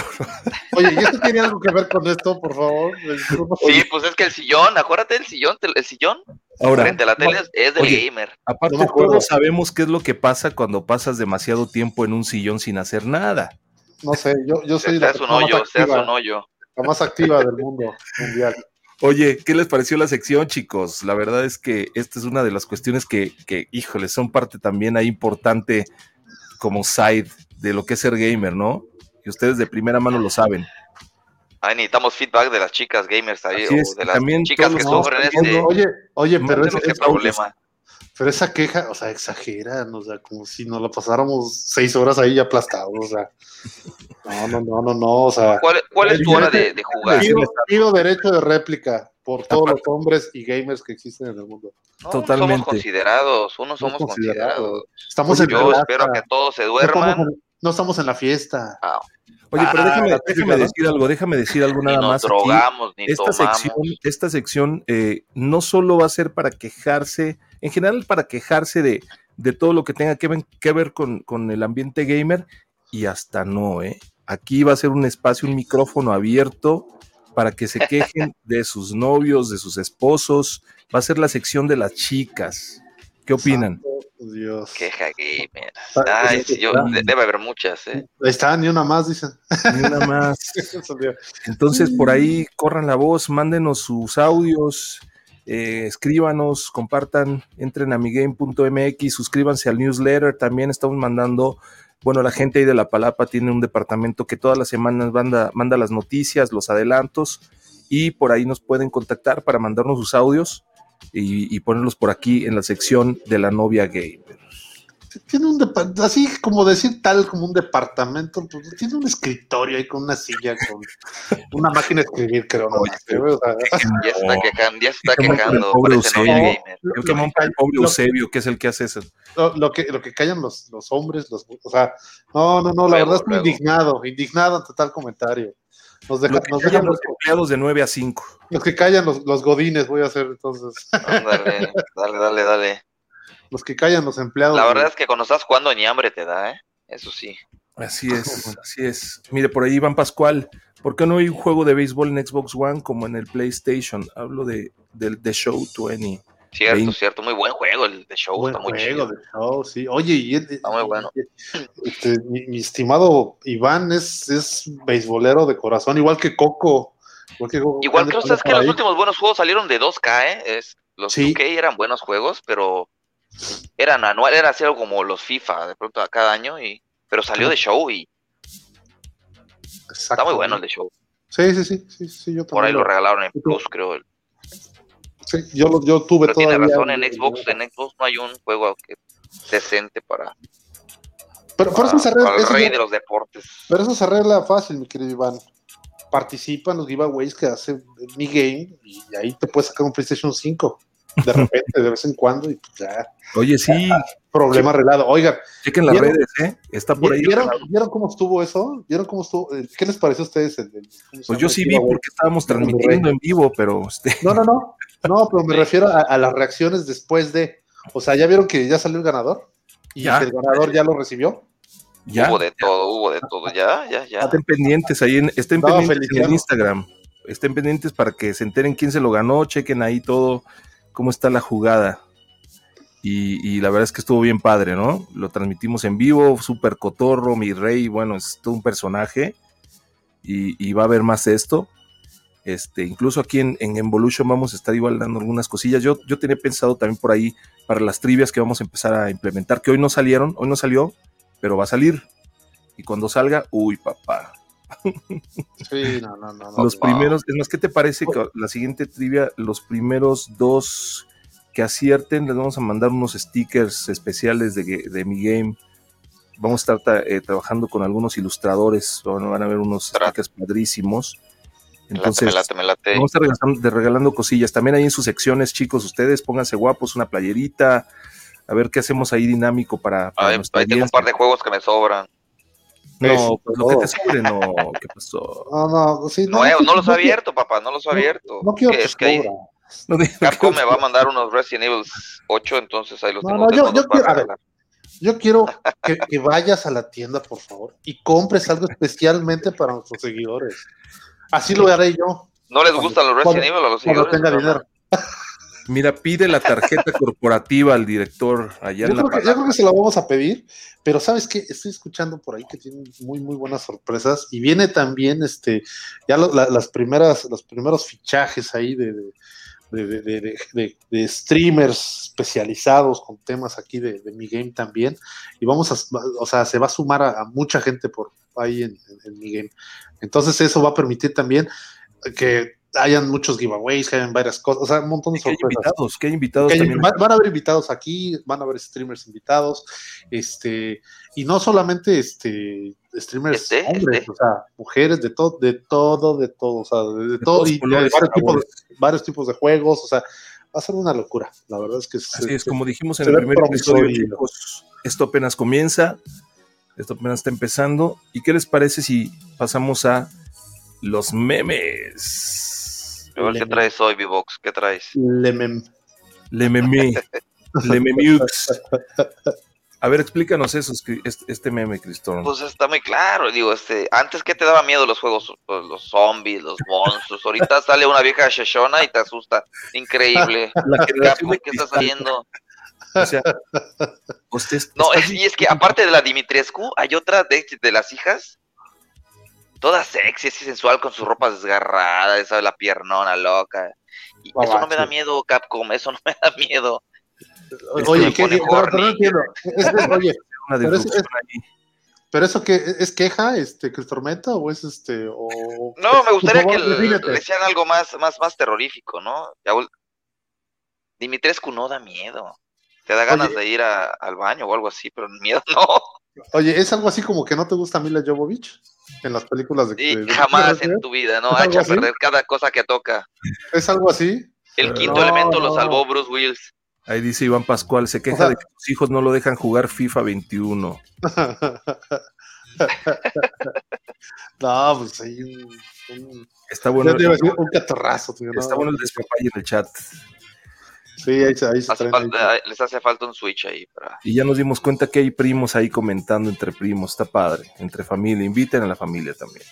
Oye, ¿y eso tiene algo que ver con esto, por favor? Sí, pues es que el sillón, acuérdate el sillón, te- el sillón ahora, frente a la tele es del Oye. gamer. aparte, No me acuerdo. todos sabemos qué es lo que pasa cuando pasas demasiado tiempo en un sillón sin hacer nada. No sé, yo, yo Se soy hace un hoyo, se hace activa. un hoyo. la más activa del mundo mundial. Oye, ¿qué les pareció la sección, chicos? La verdad es que esta es una de las cuestiones que, que híjole, son parte también ahí importante como side de lo que es ser gamer, ¿no? Y ustedes de primera mano lo saben. Ahí necesitamos feedback de las chicas gamers ahí, Así es, o de las también chicas todos que los sufren estamos este, viendo. Oye, oye, pero Mándenos es, este es- problema. Pero esa queja, o sea, exageran, o sea, como si nos la pasáramos seis horas ahí aplastados, o sea. No, no, no, no, no, o sea. ¿Cuál, cuál es tu hora de, de jugar? Pido, pido derecho de réplica por todos los hombres y gamers que existen en el mundo. No, Totalmente. Somos considerados, unos Somos somos considerados. considerados. Estamos en Yo la espero que fiesta, todos se no estamos duerman en- no estamos en la fiesta. Oye, pero Ah, déjame, la déjame típica, ¿no? decir algo, déjame decir algo ni nada nos más. aquí. drogamos, ni esta tomamos. sección, esta sección eh, no solo va a ser para quejarse, en general para quejarse de, de todo lo que tenga que ver, que ver con, con el ambiente gamer y hasta no, ¿eh? Aquí va a ser un espacio, un micrófono abierto para que se quejen de sus novios, de sus esposos. Va a ser la sección de las chicas. ¿Qué opinan? Santo Oh, Dios. Queja gamer. pues, Ah, Ay, es- sí, yo, ah. de- debe haber muchas, ¿eh? Ahí está, ni una más, dicen. Nada más. Entonces, por ahí corran la voz, mándenos sus audios, eh, escríbanos, compartan, entren a migame.mx, suscríbanse al newsletter. También estamos mandando, bueno, la gente ahí de La Palapa tiene un departamento que todas las semanas manda, manda las noticias, los adelantos, y por ahí nos pueden contactar para mandarnos sus audios y, y ponerlos por aquí en la sección de la novia gay. Tiene un depa- así como decir tal como un departamento, pues, tiene un escritorio ahí con una silla, con una máquina de escribir, creo. ¿no? Oye, O sea, Ya se está quejando, ya se está Qué mal con el quejando. pobre Parece novia Eusebio. gamer. Yo que mamá, el pobre lo- Eusebio, que es el que hace eso. lo, lo que, lo que callan los, los hombres, los, o sea, no, no, no, la Luego, verdad estoy luego. indignado, indignado ante tal comentario. Nos deja- Lo que nos callan dejan los los, empleados de 9 a 5. los que callan los, los godines, voy a hacer entonces. Ándale, dale, dale, dale. Los que callan los empleados. La verdad es que cuando estás jugando ni hambre te da, ¿eh? Eso sí. Así es, así es. Mire, por ahí Iván Pascual, ¿por qué no hay un juego de béisbol en Xbox One como en el PlayStation? Hablo de, del de Show 20. Cierto, Veinte. cierto. Muy buen juego el de show. Buen está muy juego chido. de show, sí. Oye, y el- muy bueno. este, mi, mi estimado Iván es, es beisbolero de corazón, igual que Coco. Igual que, Coco, Igual anda- que ustedes anda que por los ahí. últimos buenos juegos salieron de 2K, ¿eh? Es, los Sí. 2K eran buenos juegos, pero eran anual, era así algo como los FIFA, de pronto a cada año, y pero salió de show y está muy bueno el de show. Sí, sí, sí, sí, sí, yo Por ahí también lo regalaron en Ujú. Plus, creo. sí, yo, lo- yo tuve Pero tiene todavía razón, en el- Xbox, en Xbox no hay un juego que- decente para, Pero por eso para- se arregla, para el eso rey ya- de los deportes. pero eso se arregla fácil, mi querido Iván. Participa en los giveaways que hace mi game y ahí te puedes sacar un PlayStation 5 de repente, de vez en cuando y pues ya, Oye, sí, problema arreglado. Oigan, chequen las Ah, ¿Vieron? redes, ¿eh? Está por ahí. ¿Vieron, ¿Vieron cómo estuvo eso? ¿Vieron cómo estuvo? Eh, ¿Qué les pareció a ustedes? el- el- cómo se Pues llama? yo sí vi porque estábamos transmitiendo en vivo, pero este, No, no, no. No, pero me refiero a, a las reacciones después de. O sea, ¿ya vieron que ya salió el ganador? ¿Y Ya. que el ganador ya lo recibió? ya Hubo de todo, hubo de todo. Ya, ya, Ah, ya. estén pendientes ahí, en, este estén No, pendientes en Feliciano. el Instagram. Estén pendientes para que se enteren quién se lo ganó, chequen ahí todo, cómo está la jugada. Y, y la verdad es que estuvo bien padre, ¿no? Lo transmitimos en vivo, super cotorro, mi rey, bueno, es todo un personaje. Y, y va a haber más de esto. Este, incluso aquí en, en Evolution vamos a estar igual dando algunas cosillas. Yo, yo tenía pensado también por ahí para las trivias que vamos a empezar a implementar, que hoy no salieron, hoy no salió, pero va a salir. Y cuando salga, uy, papá. Sí, no, no, no. no. Los Papá. primeros, es más, ¿qué te parece Oh. que la siguiente trivia, los primeros dos que acierten, les vamos a mandar unos stickers especiales de, que- de mi game? Vamos a estar ta- eh, trabajando con algunos ilustradores, bueno, van a haber unos Tra- stickers padrísimos. Me late, me Entonces, late, me late. Vamos a estar regalando, de- regalando cosillas. También ahí en sus secciones, chicos, ustedes pónganse guapos, una playerita. A ver qué hacemos ahí dinámico para, para Ahí, nuestra ahí tengo un audiencia. par de juegos que me sobran. No, pues lo que Oh. todo. te sobre, no. ¿Qué pasó? No, no, sí, No, eh, no los ha quiero- abierto, papá, no los ha abierto. No quiero Que es que ahí sobra. No, digo, Capcom me va a mandar unos Resident Evil 8, entonces ahí los No, tengo. no, tengo yo- dos yo para quiero- a ver. regalar. Yo quiero que, que vayas a la tienda, por favor, y compres algo especialmente para nuestros seguidores. Así lo haré yo ¿No les Cuando- gustan los Resident cuando- Evil a los cuando seguidores? tenga No, no. dinero. Mira, pide la tarjeta corporativa al director Yo allá en la creo, que, yo palabra. creo que se la vamos a pedir, pero sabes que estoy escuchando por ahí que tienen muy, muy buenas sorpresas y viene también, este, ya lo- la- las primeras, los primeros fichajes ahí de, de, de- de- de- de- de streamers especializados con temas aquí de, de mi game también y vamos a, o sea, se va a sumar a, a mucha gente por ahí en, en- en mi game. Entonces eso va a permitir también que hayan muchos giveaways, que hayan varias cosas, o sea, un montón de Y que hay sorpresas. invitados, que hay invitados Que hay- también. van, van a haber invitados aquí, van a haber streamers invitados, este, y no solamente este streamers Este, hombres, este. o sea, mujeres de todo, de todo, de todo, o sea, de, de de todo, todos y de colores y varios, tipos de, sabores. varios tipos de juegos, o sea, va a ser una locura, la verdad es que es- Así es, como dijimos en se el ve primer episodio, promisorio. chicos, esto apenas comienza, esto apenas está empezando. ¿Y qué les parece si pasamos a los memes? A ver, ¿Qué traes hoy, Vivox? ¿Qué traes? le mem- Le meme, le memeux. A ver, explícanos eso, este meme, Cristón. Pues está muy claro, digo, este, antes que te daba miedo los juegos, los los zombies, los monstruos, ahorita sale una vieja Shoshona y te asusta, increíble. La generación Capo, de ¿qué estás cristal, haciendo? o sea, ustedes- No, estás- es- y es que aparte de la Dimitrescu, hay otra de, de las hijas, toda sexy, así sensual, con sus ropas desgarradas, ¿sabes? La piernona loca. Y eso no me da Guabache. miedo, Capcom, eso no me da miedo. Oye, me ¿qué- pone no, pero no horny. entiendo. Es- es- oye, una pero es- disrupción ahí. pero eso que es queja, este, que el tormenta o es este, o Pues, No, me gustaría Por que favor, le, le defínete. hicieran algo más, más, más terrorífico, ¿no? Ya vol- Dimitrescu no da miedo. Te da ganas Oye. de ir a- al baño o algo así, pero miedo no. Oye, es algo así como que no te gusta Mila Jovovich en las películas de, Y de- de- jamás en tu vida, ¿no? pues, ¿Algo Ha hecho a así? perder cada cosa que toca. es algo así. El No, quinto elemento lo no. salvó Bruce Wills. Ahí dice Iván Pascual, se queja O sea- de que sus hijos no lo dejan jugar FIFA 21. no, pues hay un, un, Está bueno, ya te iba a decir, un catorrazo, tío, ¿no? está bueno el despapalle en el chat. Sí, ahí, se- ahí se Hace traen ahí. falta- eh, les hace falta un switch ahí para Y ya nos dimos cuenta que hay primos ahí comentando entre primos, está padre, entre familia, inviten a la familia también.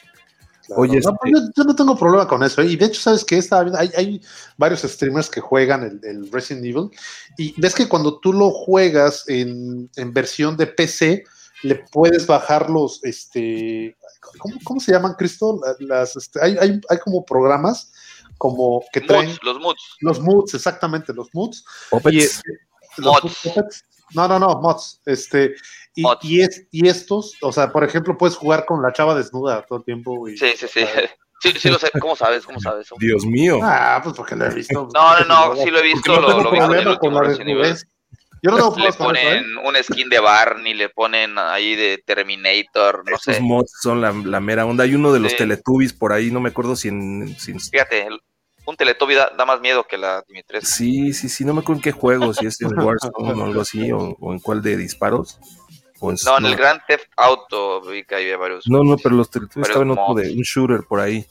Claro. Oye, No, pues, yo, yo no tengo problema con eso. ¿eh? Y de hecho, ¿sabes qué? Estaba viendo- hay, hay varios streamers que juegan el, el Resident Evil. Y ves que cuando tú lo juegas en, en versión de PC, le puedes bajar los, este, ¿cómo, cómo se llaman, Cristo? La- Las, este, hay, hay, hay como programas como que traen Moods, los moods. los moods, exactamente, los moods. Y, Opets, este, los Mods. puppets. No, no, no, mods. Este, y, Mods. y es, y estos, o sea, por ejemplo, puedes jugar con la chava desnuda todo el tiempo. y- Sí, sí, sí. Sí, sí lo sé. ¿Cómo sabes? ¿Cómo sabes? Dios mío. Ah, pues porque lo he visto. No, no, no, sí lo he visto, Porque no lo, tengo lo vi en el problema con último la Resident Evil. desnudez. Yo no tengo Le problemas con eso, ¿eh? ponen un skin de Barney, le ponen ahí de Terminator, no Esos sé. mods son la, la mera onda. Hay uno de los Sí. Teletubbies por ahí, no me acuerdo si en, si en- Fíjate, el- un Teletubby da, da más miedo que la Dimitrescu. Sí, sí, sí, no me acuerdo en qué juego, si es en Warzone o algo así, o, o en cuál de disparos. o en- No, en el Grand Theft Auto vi que había varios. no, no, pero los Teletubbies Pero estaban en otro mods. de un shooter por ahí.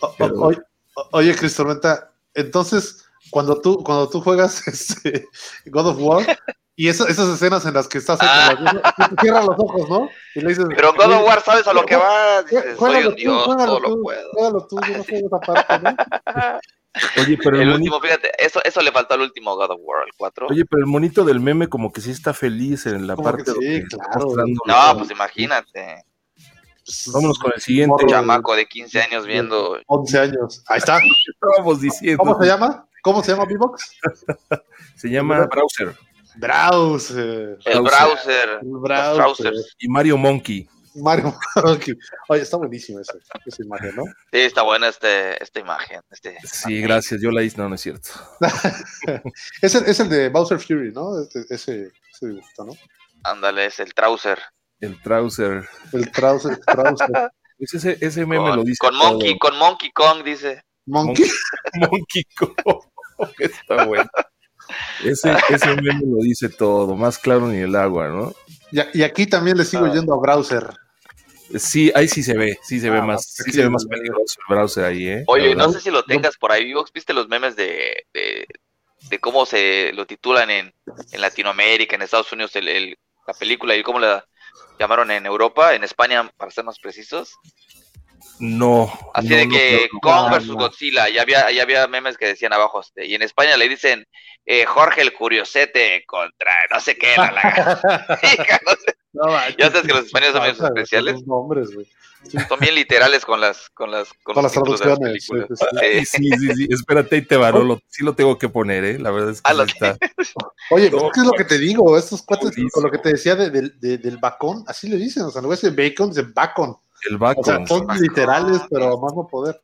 O- o- Pero- oye- o- Oye, Cristo Tormenta, entonces, cuando tú, cuando tú juegas este, God of War, y eso- esas escenas en las que estás ahí con la- tú cierras los ojos, ¿no? Y le dices. Ah. Pero en God of "Oye, War sabes a lo que va, jue- dices, soy juégalo un tú, dios, juégalo todo lo tú, puedo. Juégalo tú, yo no juego esa parte, ¿no? Oye, pero el, El moni- último, fíjate, eso, eso le faltó al último God of War, el 4. oye, pero el monito del meme como que sí está feliz en la Como que parte sí, donde está claro. mostrando- No, pues imagínate. Vámonos con el siguiente. Morro. Ya Chamaco de 15 años viendo 11 años. Ahí está. estábamos diciendo. ¿Cómo se llama? ¿Cómo se llama Vivox? Se llama Browser Browser. el browser, El eh, los browser. browsers. y Mario Monkey. Mario Monkey. Oye, está buenísimo ese, esa imagen, ¿no? Sí, está buena este, esta imagen. Este, Sí, gracias. Yo la hice, no, no es cierto. Es el, es el de Bowser Fury, ¿no? Este- Ese, ese dibujito, ¿no? Ándale, es el trouser. El Browser. El Trouser, trouser. Pues ese, ese meme lo Con, dice. con todo. Monkey, con Monkey Kong, dice. Monkey. Monkey Kong. Está bueno. Ese, ese meme lo dice todo, más claro ni el agua, ¿no? Y, a- y aquí también le sigo Ah. yendo a Browser. Sí, ahí sí se ve, sí se ve Ah, más, sí aquí se ve no más lo veo. peligroso el browser ahí, ¿eh? La Oye, verdad. no sé si lo tengas por ahí, Vivox, ¿viste los memes de, de, de cómo se lo titulan en, en Latinoamérica, en Estados Unidos, el- el- la película y cómo la llamaron en Europa, en España, para ser más precisos? No. Así no, de no que creo. Kong no, versus no. Godzilla, ya había, ya había memes que decían abajo, este, y en España le dicen eh, Jorge el Curiosete contra no sé qué, la, la- Hija, no sé, No, manches. Ya sabes que los españoles son medios Pasa, güey, especiales. esos nombres, güey. son bien literales con las con las con Con los las títulos de traducciones. sí, películas. sí, sí. Ay, Sí. Sí, sí, sí. Espérate y te varó. Lo, sí lo tengo que poner, ¿eh? La verdad es que Ah, sí lo está. Oye, No, ¿qué es lo que te digo? Estos cuates, buenísimo. con lo que te decía de- del- de- del bacón, así le dicen, o sea, no es de bacon, es de bacon. El bacon. O sea, son bacon. literales, pero a más no poder.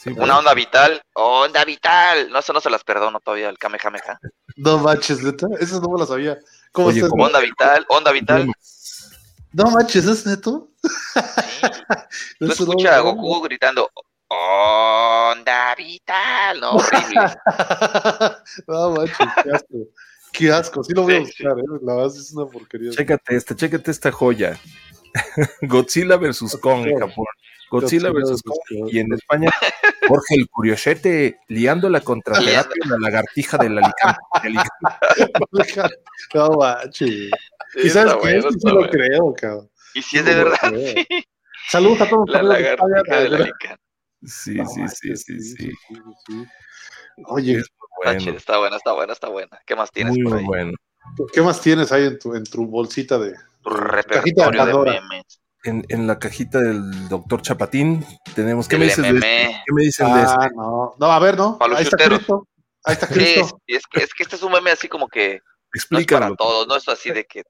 sí, Eh, Una onda vital, onda vital. No, eso no se las perdono todavía, el Kamehameha. No manches, neta, eso no me lo sabía. ¿Cómo Oye, estás? ¿cómo? Onda vital, onda vital. No manches, ¿es neto? Tú Eso no escuchas a me lo Goku gritando onda vital. No, horrible. sabía. no manches, qué asco. Qué asco, sí lo voy a Sí, buscar, ¿eh? la verdad es una porquería. Chécate esta, chécate esta joya. Godzilla versus Kong en Japón. Godzilla versus Kong. Y en España, Jorge el Curiosete liándola contra terapia la lagartija del Alicante. del Alicante. No manches. Sí, ¿Y sabes está qué? bueno, Esto sí está lo bueno. creo, cabrón. Y si es de verdad, sí. Saludos a todos los La amigos de lagartija España. del Alicante. Sí, No sí, sí, manches, sí, sí. sí, sí. Oye, Es Está Bueno, chida, está buena, está buena, está buena. ¿Qué más tienes muy por ahí? bueno. ¿qué más tienes ahí en tu, en tu bolsita de Tu Cajita de repertorio de Pandora. memes. En, en la cajita del doctor Chapatín tenemos. ¿Qué Del me dices de MM. este? ¿Qué me dicen de este? Ah, no. No, a ver, no. Pablo Ahí está Chutero. Cristo. Ahí está Sí, Cristo. es, es que, es que este es un meme así como que no es para Explícalo. pues. todos, no es así de que.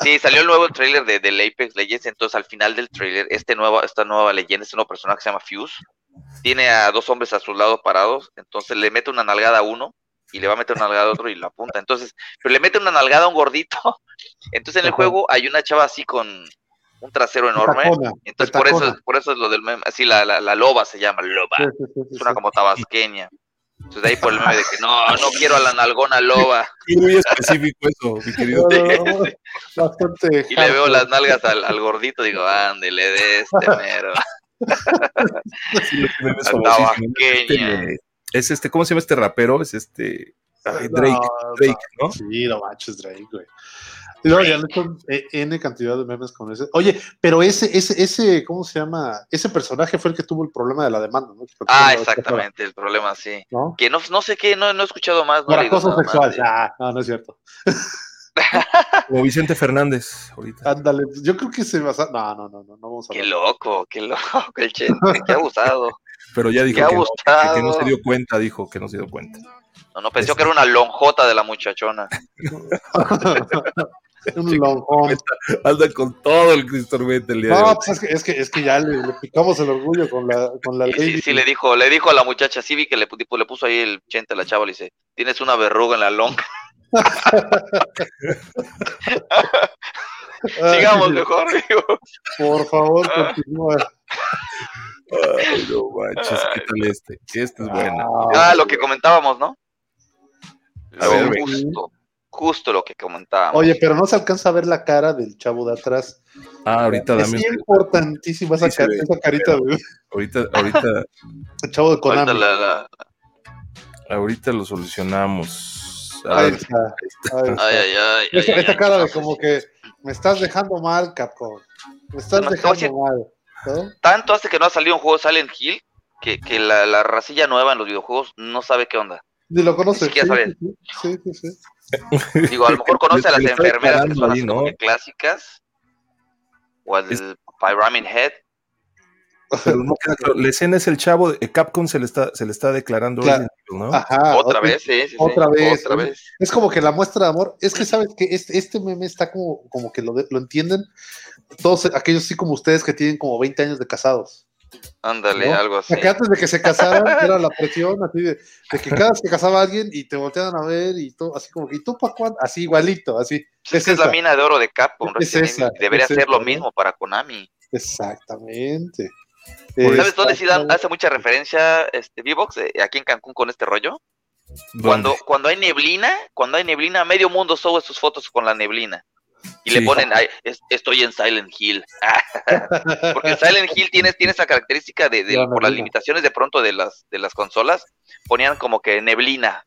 Sí, salió el nuevo trailer de, del Apex Legends, entonces al final del trailer, este nuevo, esta nueva leyenda, este nuevo personaje que se llama Fuse, tiene a dos hombres a sus lados parados, entonces le mete una nalgada a uno y le va a meter una nalgada a otro y lo apunta. Entonces, pero le mete una nalgada a un gordito. Entonces en el Ajá. juego hay una chava así con un trasero enorme. Tacona. Entonces por eso, Petacona. por eso es lo del meme, así la, la, la loba se llama, loba. Sí, sí, sí, sí, suena como tabasqueña. Entonces de ahí por el meme de que no, no quiero a la nalgona loba. Es muy específico eso, mi sí. querido. No, no, no, Bastante. Y le veo las nalgas al, al gordito, digo, ándele de este mero. Sí, lo que me ves Al famosísimo. Este, Tabasqueña. Es este, ¿cómo se llama este rapero? Es este Ah, ay, No, Drake, no. Drake, ¿no? Sí, no manches, Drake, güey. Y luego ya le echan, eh, N cantidad de memes con ese. Oye, pero ese, ese, ese, ¿cómo se llama? Ese personaje fue el que tuvo el problema de la demanda, ¿no? Ah, exactamente, el problema, sí. ¿No? Que no, no sé qué, no, no he escuchado más. No Por le digo acoso nada más. sexual. Ah, no, no es cierto. Como Vicente Fernández ahorita. Ah, Ándale, pues, yo creo que se basa. No, no, no, no, no vamos a Qué ver. loco, qué loco, el Chente, qué abusado. Pero ya dijo qué que no, que- que no abusado. se dio cuenta, dijo que no se dio cuenta. No, no, pensó que era una lonjota de la muchachona. Un pues, lonjón. Anda con todo el Cristo el día de No, hoy. pues es que, es que, es que ya le, le picamos el orgullo con la, con la Ah, Y ley. sí, sí, le dijo, le dijo a la muchacha, sí vi que le, pu- tipo, le puso ahí el chente a la chava, le dice, tienes una verruga en la lonja. Ay, Sigamos mejor, Ah. digo. Por favor, continúa. Ay, no manches, ¿qué tal este? Este es bueno. pues. Ah, lo que comentábamos, ¿no? A Lo ver, güey. justo, justo lo que comentábamos. Oye, pero no se alcanza a ver la cara del chavo de atrás. Ah, ahorita es dame. importantísima esa, Sí se cara- ve. esa carita del Ahorita, ahorita, chavo de Ahorita Konami. la- la- ahorita lo solucionamos. A Ahí ver, está. ahí está. ay, ay, ay, Esa, ay, esa ay. cara de como que me estás dejando mal, Capcom. Me estás No, dejando oye. mal. ¿no? Tanto hace que no ha salido un juego Silent Hill que, que la, la racilla nueva en los videojuegos no sabe qué onda. Ni lo conoces. siquiera saben. sí, sí, sí, sí. Digo, a lo mejor conoce a las Le está enfermeras que declarando son ahí, así como ¿no? que clásicas. O al Es- Pyramid Head. pero no queda claro. La escena es el chavo, de- Capcom se le está, se le está declarando, Claro. ¿no? Ajá. otra ok. vez, sí, sí, sí, Ah, otra vez, Otra oye. vez. Es como que la muestra de amor. Es que sabes que este, este meme está como, como que lo, de- lo entienden todos aquellos sí como ustedes que tienen como 20 años de casados. Ándale, ¿No? algo O así. sea, que antes de que se casaran era la presión así de, de que cada vez que casaba a alguien y te volteaban a ver y todo, así como que, ¿y tú para cuándo? Así igualito, así. Pues es, que es esa. la mina de oro de Capcom. Es Resident Evil. esa, Debería es hacer lo esa, ¿no? mismo para Konami. Exactamente. Pues, ¿Sabes dónde sí dan- Exactamente. hace mucha referencia este Vivox? eh, aquí en Cancún con este rollo. ¿Dónde? Cuando, cuando hay neblina, cuando hay neblina, medio mundo sube sus fotos con la neblina. Y le Sí. ponen, "Ay, es- estoy en Silent Hill. Porque Silent Hill tiene, tiene esa característica de, de- La por las neblina. limitaciones de pronto de las, de las consolas, ponían como que neblina.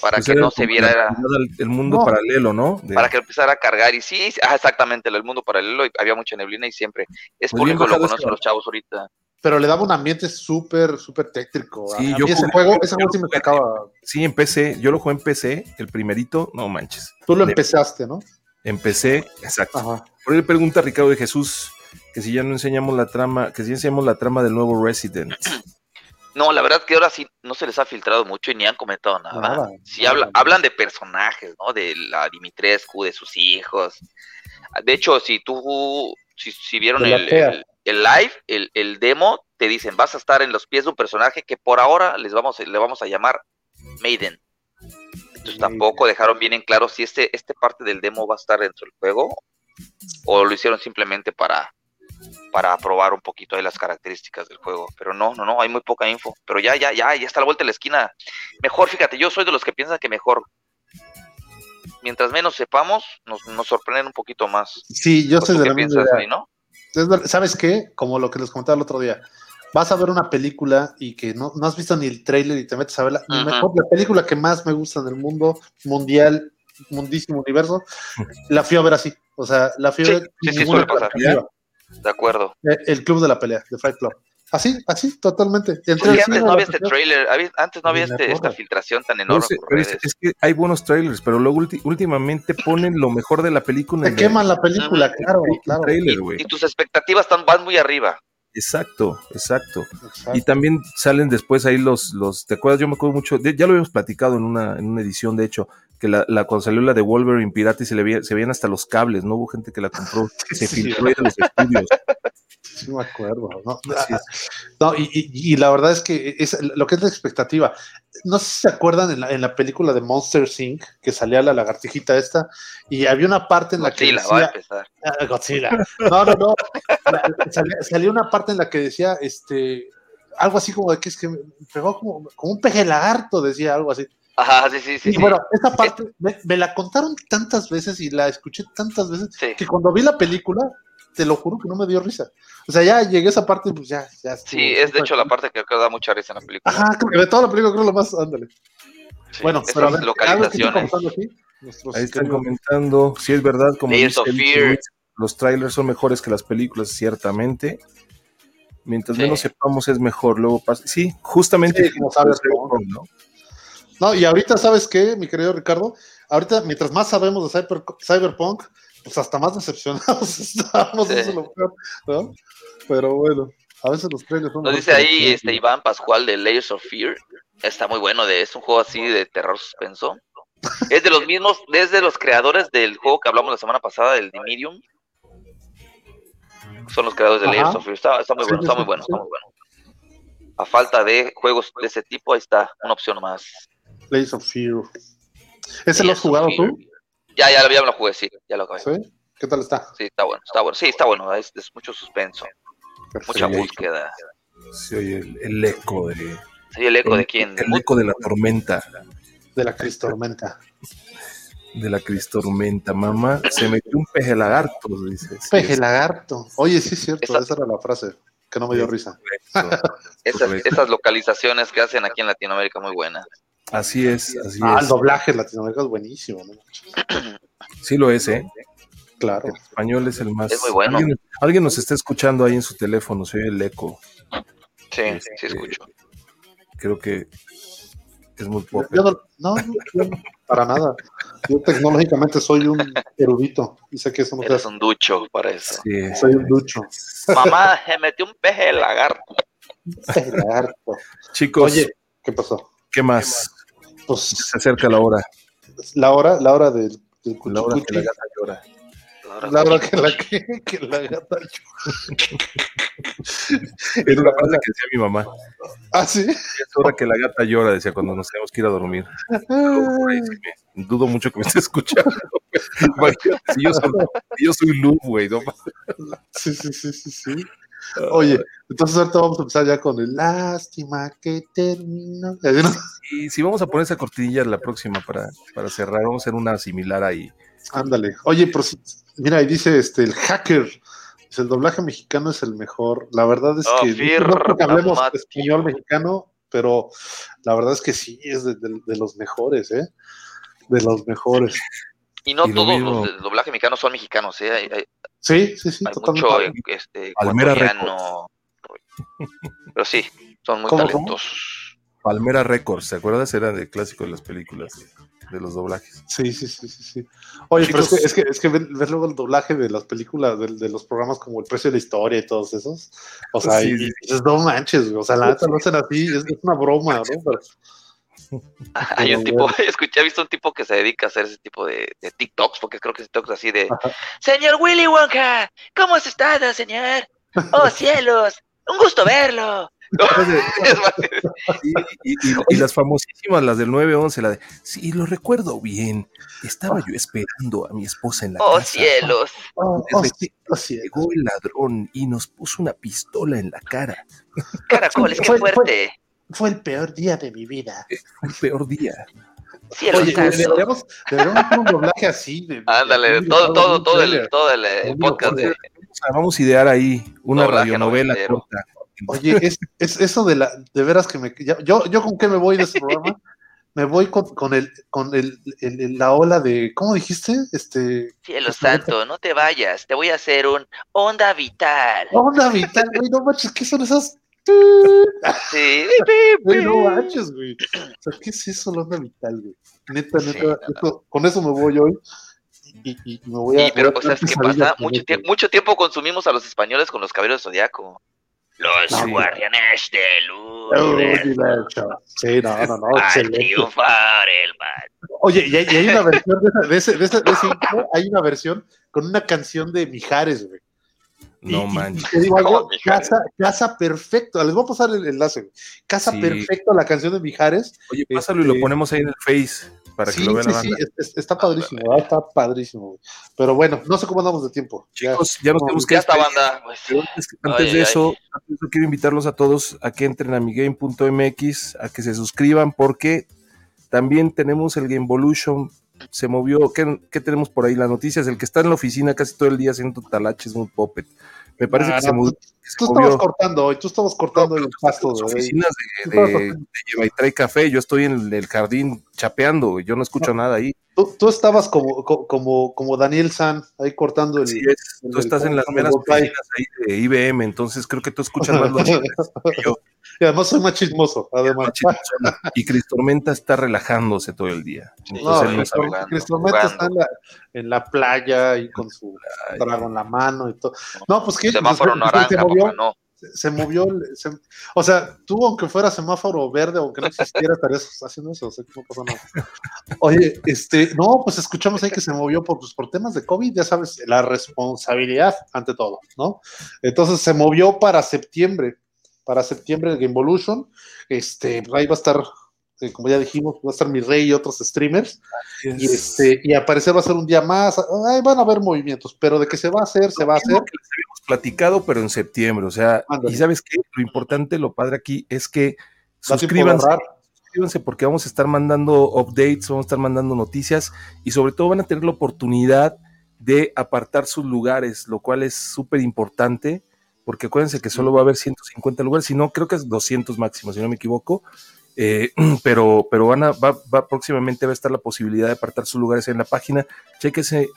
para Pues que era no se como viera, la era- realidad del- el mundo No. paralelo, ¿no? De- para que empezara a cargar. Y sí, sí, ajá, exactamente, el mundo paralelo, y había mucha neblina y siempre. Es Muy bien público, lo bajado conocen esto. los chavos ahorita. Pero le daba un ambiente súper, súper tétrico. A- Sí, a yo mí ese jugué- juego, yo- ese juego sí me yo- sacaba. Sí, empecé, yo lo jugué en PC, el primerito, no manches. Tú lo De- empezaste, ¿no? Empecé, exacto. Ajá. Por ahí le pregunta a Ricardo de Jesús que si ya no enseñamos la trama, que si ya enseñamos la trama del nuevo Resident. No, la verdad que ahora sí no se les ha filtrado mucho y ni han comentado nada. Nada, sí, nada. habla- hablan de personajes, ¿no? De la Dimitrescu, de sus hijos. De hecho, si tú, si, si vieron De la el, fea. el- el live, el, el demo, te dicen, vas a estar en los pies de un personaje que por ahora les vamos, le vamos a llamar Maiden. Entonces tampoco dejaron bien en claro si este, este parte del demo va a estar dentro del juego o lo hicieron simplemente para para probar un poquito de las características del juego, pero no, no, no, hay muy poca info, pero ya, ya, ya, ya está a la vuelta de la esquina. Mejor, fíjate, yo soy de los que piensan que mejor, mientras menos sepamos, nos, nos sorprenden un poquito más. Sí, yo ¿O soy Pues, tú de qué la misma piensas, idea. Dani, no? Es ver- ¿Sabes qué? Como lo que les comentaba el otro día. Vas a ver una película y que no, no has visto ni el tráiler y te metes a verla. Mi Ajá. mejor- la película que más me gusta en el mundo mundial, mundísimo universo, la fui a ver así. O sea, la fui a Sí, ver sí, sí, ninguna suele pasar. alternativa. De acuerdo. Eh, El club de la pelea, de Fight Club. Así, así, totalmente. Entré Sí, al cine, antes no la había este película- trailer, había- antes no había Ni la este- esta porra. filtración tan No enorme sé, por pero es, redes. es que hay bunos trailers, pero luego ulti- últimamente ponen lo mejor de la película Te en el- queman la película, claro, en el claro. trailer, güey. Y, y tus expectativas están, van muy arriba. Exacto, exacto. Exacto. Y también salen después ahí los, los, ¿te acuerdas? Yo me acuerdo mucho, de- ya lo habíamos platicado en una, en una edición, de hecho, que la, la cuando salió la de Wolverine Pirata y se le veía- se veían hasta los cables, ¿no? Hubo gente que la compró, se Sí. filtró ahí de los estudios. Sí, me acuerdo. ¿no? Ah, Así es. No, y, y- y la verdad es que es lo que es la expectativa. No sé si se acuerdan en la, en la película de Monster Inc. que salía la lagartijita esta y había una parte en la que Sí, la va a decía empezar. Ah, Godzilla. No, no, no. La- salía, salía una parte en la que decía este algo así como de que es que me pegó como, como un peje lagarto, decía algo así. Ajá, sí, sí, Eh, sí. y sí, bueno, esta parte me, me la contaron tantas veces y la escuché tantas veces sí. que cuando vi la película, te lo juro que no me dio risa. O sea, ya llegué a esa parte, pues ya, ya. estuvo. Sí, es de hecho la parte que creo da mucha risa en la película. Ajá, creo que de toda la película creo lo más, ándale. Sí, bueno, esas pero a ver, algo que estoy localizaciones. comentando aquí, nuestros Ahí están queridos- comentando, si es verdad, como Layers of Luis, Fear. los trailers son mejores que las películas, ciertamente. Mientras Sí. menos sepamos es mejor. Luego pasa- sí, justamente. Sí, como sabes, ¿no? No, y ahorita, ¿sabes qué, mi querido Ricardo? Ahorita, mientras más sabemos de cyber- Cyberpunk, pues hasta más decepcionados estamos. Sí. Eso es lo peor, ¿no? Pero bueno, a veces los trailers son Nos mejores que dice ahí los este Iván Pascual de Layers of Fear. Está muy bueno, de, es un juego así de terror suspenso. Es de los mismos, es de los creadores del juego que hablamos la semana pasada, del The Medium. Son los creadores de Ajá. Layers of Fear. Está, está muy Sí, bueno, sí, está sí, muy bueno, sí. está muy bueno. A falta de juegos de ese tipo, ahí está una opción más. Place of Fear. ¿Ese lo has Layers of jugado Fear. tú? Ya, ya, lo- ya me lo jugué, sí, ya lo acabé. Sí, ¿Sí? ¿Qué tal está? está bueno, está bueno. Sí, está bueno, es, es mucho suspenso, mucha Sí. búsqueda. Se oye el, el eco de. Sí, el eco de quién. El eco de la tormenta. De la Cristormenta. De la cristormenta, mamá. Se metió un peje lagarto, dice. Sí, Peje lagarto. Oye, sí es cierto, Esa- esa era la frase que no me dio risa. es correcto. Esas, Correcto. esas localizaciones que hacen aquí en Latinoamérica muy buenas. Así es, así Ah, el es. doblaje latinoamericano es buenísimo, ¿no? Sí lo es, ¿eh? Claro. El español es el más. Es muy bueno. Alguien, alguien nos está escuchando ahí en su teléfono, se oye el eco. Sí, Sí, sí escucho. Creo que es muy Yo- poco. yo no, no, no, yo no, para nada. Yo tecnológicamente soy un erudito y sé que eso no se Eres hace. un ducho para eso. Sí. Soy un ducho. Mamá, se metió un peje de lagarto. Peje lagarto. Chicos, Oye, ¿qué pasó? ¿qué más? Pues Se acerca la hora. la hora, la hora del, del cuchi- La hora que la cuchi. gata llora. La hora que la, que, que la gata. Es una frase que decía mi mamá. Ah, sí. Es hora que la gata llora, decía cuando nos tenemos que ir a dormir. Por ahí sí me- Dudo mucho que me esté escuchando. güey. Imagínate, si yo soy, si yo soy Lu, güey. ¿no? Sí, sí, sí, sí, sí. Ah. Oye, entonces ahorita vamos a empezar ya con el lástima que terminó. Y así, ¿no? Y si vamos a poner esa cortinilla la próxima para, para cerrar, vamos a hacer una similar ahí. Ándale. Oye, pero si- mira, y dice este el hacker. Dice, El doblaje mexicano es el mejor. La verdad es Oh, que fir- no creo que hablemos mat- español mexicano pero la verdad es que sí, es de, de- de los mejores, ¿eh? De los mejores. Y no Y lo todos mismo- los del doblaje mexicano son mexicanos, ¿eh? Hay, hay- Sí, sí, sí, hay mucho totalmente. eh, este, Palmera ecuatoriano. Pero sí, son muy ¿Cómo, cómo? talentosos. Palmera Records, ¿se acuerdas? Era de clásico de las películas, de, de los doblajes. Sí, sí, sí, sí, sí. Oye, pero es que, Chicos. es que, es que ves, ves luego el doblaje de las películas, de, de los programas como El Precio de la Historia y todos esos. O sea, Sí, y- sí. y dices, no manches, güey, o sea, la neta lo hacen así, es, es una broma, ¿no? Pero- Hay un Pero tipo, escuché, he visto un tipo que se dedica a hacer ese tipo de, de TikToks, porque creo que es TikToks así de Señor Willy Wonka, ¿cómo has estado, señor? Oh cielos, un gusto verlo. Es más, Y, y- y- y las famosísimas, las del 911, la de, sí, lo recuerdo bien, estaba yo esperando a mi esposa en la oh casa. cielos. Oh, oh, sí, oh, sí. Llegó el ladrón y nos puso una pistola en la cara. Caracoles, qué Fue- fue- fuerte. Fue el peor día de mi vida. Fue el peor día. Cielos Oye, santos. deberíamos, deberíamos hacer un doblaje así. De, Ándale, de- todo, todo, un todo trailer. el, todo el, el Un podcast de, videojuego. O sea, vamos a idear ahí una Doblaje radionovela noventero. corta. Oye, es, es eso de la, de veras que me, ya- yo, yo con qué me voy de este programa, me voy con, con el, con el, el- el- la ola de, ¿cómo dijiste? Este, Cielo santo, no te vayas, te voy a hacer un onda vital. onda vital, güey, no manches, ¿qué son esas? Sí, Güey, no manches, güey. O sea, ¿qué es eso, la onda vital, güey? Neta, Sí, neta, no, eso- con eso me voy hoy. Y, y- y me voy a. Sí, pero, voy a o sea, es que hacer pesadillas pasa, con mucho, esto. tie- mucho tiempo consumimos a los españoles con los caballeros del zodiaco. Los No, guardianes del Oh, universo. diverso. Sí, no, no, no, Al excelente. triunfar el mal. Oye, y hay, y hay una versión de, esa- de ese, de ese- de ese intro, hay una versión con una canción de Mijares, güey. Y- No y- manches. y te digo algo, ¿Cómo, Mijares? casa, casa perfecto. Les voy a pasar el enlace. güey. Casa Sí. perfecto a la canción de Mijares. Oye, pásalo y lo este- ponemos ahí en el Face para que sí, lo vea sí, la sí, banda. Ah, es- es- está padrísimo, ¿verdad? está padrísimo. güey. Pero bueno, no sé cómo andamos de tiempo. Ya. Chicos, ya nos No, tenemos que Ya está, despedir. banda. Pues, Pero antes, antes Ay, de ay, eso, antes de eso, quiero invitarlos a todos a que entren a migame.mx, a que se suscriban, porque también tenemos el Gamevolution. Se movió, ¿qué, qué tenemos por ahí? Las noticias, el que está en la oficina casi todo el día haciendo talaches, muy popet. Me parece No, que Ah, no, se mu- tú, que se tú estabas movió. cortando hoy, tú estabas cortando el pasto. Las güey. oficinas Tú de, de, estabas de cortando- Lleva y Trae Café, yo estoy en el jardín chapeando, yo no escucho nada ahí. Tú, tú estabas como, co- como, como Daniel San, ahí cortando el. Así es, en tú el- estás en las en el meras botay. oficinas ahí de IBM, entonces creo que tú escuchas más los que yo. Y además soy más chismoso, además. Y Cris Tormenta está relajándose todo el día. No, Entonces él sí, no Cristo- sabe. jugando, Cristo Meta está en jugando. la, en la playa y con su Ay, trago en la mano y todo. No, pues que semáforo se naranja, movió, papá, no. se movió el- se- o sea, tú aunque fuera semáforo verde, aunque no existiera, estarías haciendo eso, o sea, que no pasa nada. Oye, este, no, pues escuchamos ahí que se movió por, pues, por temas de COVID, ya sabes, la responsabilidad ante todo, ¿no? Entonces se movió para septiembre, para septiembre el Game Evolution, este, ahí va a estar, eh, como ya dijimos, va a estar mi rey y otros streamers, y, este, y al parecer va a ser un día más. Ay, van a haber movimientos, pero de que se va a hacer, se va a Mismo hacer. que les habíamos platicado, pero en septiembre. O sea, Ándale. y sabes qué, lo importante, lo padre aquí es que Da tiempo de suscríbanse, ahorrar. suscríbanse porque vamos a estar mandando updates, vamos a estar mandando noticias y sobre todo van a tener la oportunidad de apartar sus lugares, lo cual es súper importante. Porque acuérdense que solo va a haber 150 lugares, si no, creo que es 200 máximo, si no me equivoco. Eh, pero pero van a- va, va- próximamente va a estar la posibilidad de apartar sus lugares en la página. Chéquese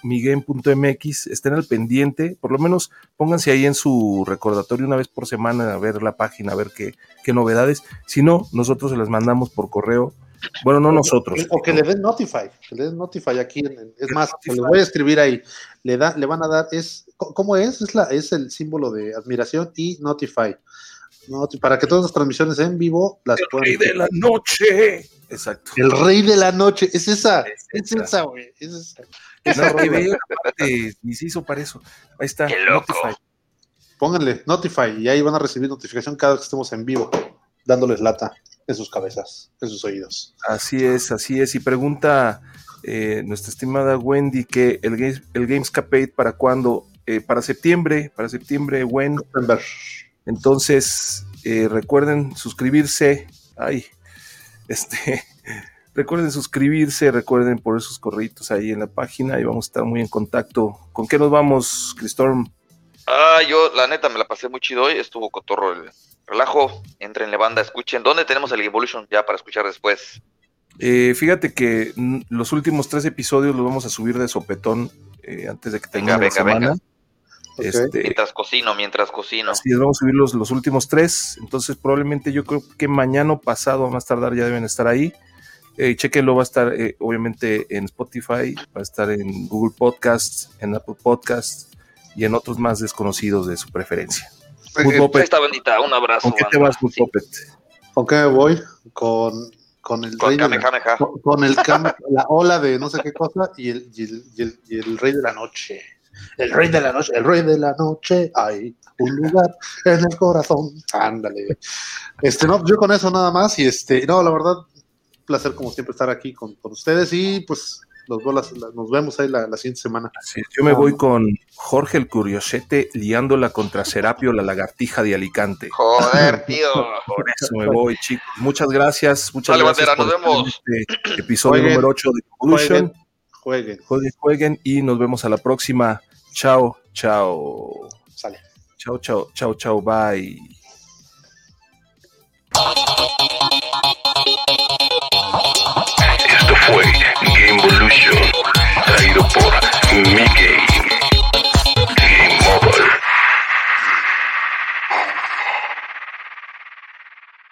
miguel.mx, estén al pendiente, por lo menos pónganse ahí en su recordatorio una vez por semana a ver la página, a ver qué, qué novedades. Si no, nosotros se las mandamos por correo. Bueno, no nosotros. O que le den Notify, que le den Notify aquí. en- en- es más, les voy a escribir ahí. Le, da, le van a dar, es, ¿cómo es? Es, la, es el símbolo de admiración y Notify. Noti- para que todas las transmisiones en vivo las puedan. Rey de la noche. Exacto. El rey de la noche, es esa, Es es esa. esa, güey, es esa. Nada que ver, aparte, ni se hizo para eso. Ahí está. Qué loco. Notify. Pónganle Notify y ahí van a recibir notificación cada vez que estemos en vivo, dándoles lata en sus cabezas, en sus oídos. Así es, así es. Y pregunta eh, nuestra estimada Wendy que el, Games- el Gamescapade para cuándo? Eh, para septiembre, para septiembre, Wen. September. Entonces, eh, recuerden suscribirse. Ay, este. Recuerden suscribirse, recuerden poner sus corritos ahí en la página y vamos a estar muy en contacto. ¿Con qué nos vamos, Cristorm? Ah, yo, la neta, me la pasé muy chido hoy. Estuvo cotorro el, relajo, entren la banda, escuchen. ¿Dónde tenemos el Evolution ya para escuchar después? Eh, fíjate que mm, los últimos tres episodios los vamos a subir de sopetón eh, antes de que termine Venga, venga, la semana. venga. Ok. Este, Mientras cocino, mientras cocino. así es, vamos a subir los, los últimos tres. Entonces, probablemente yo creo que mañana o pasado, a más tardar, ya deben estar ahí. Eh, chequenlo, va a estar eh, obviamente en Spotify, va a estar en Google Podcasts, en Apple Podcasts y en otros más desconocidos de su preferencia. Good Pues, eh, Ahí Puppet, está, bandita. Un abrazo. ¿Con qué te banda. vas, Good Sí, Puppet? ¿Con qué me voy? Con, con el Con rey de la- Kamehameha. con, con el cam- la ola de no sé qué cosa y el, y el, y el- y el rey de la noche. El rey de la noche, el rey de la noche, hay un lugar en el corazón. Ándale. Este, no, yo con eso nada más. Y este, no, la verdad, placer como siempre estar aquí con, con ustedes. Y pues los bolas, la- nos vemos ahí la, la siguiente semana. Sí, yo me voy con Jorge el Curiosete liándola contra Serapio la lagartija de Alicante. Joder, tío. Por eso me voy, chicos. Muchas gracias. Muchas Sale, gracias. bandera, por nos estar en vemos. este episodio Jueguen, número 8 de Evolution. Jueguen, jueguen. Jueguen, jueguen y nos vemos a la próxima. Chao, chao. Sale. Chao, chao, chao, chao. Bye. Esto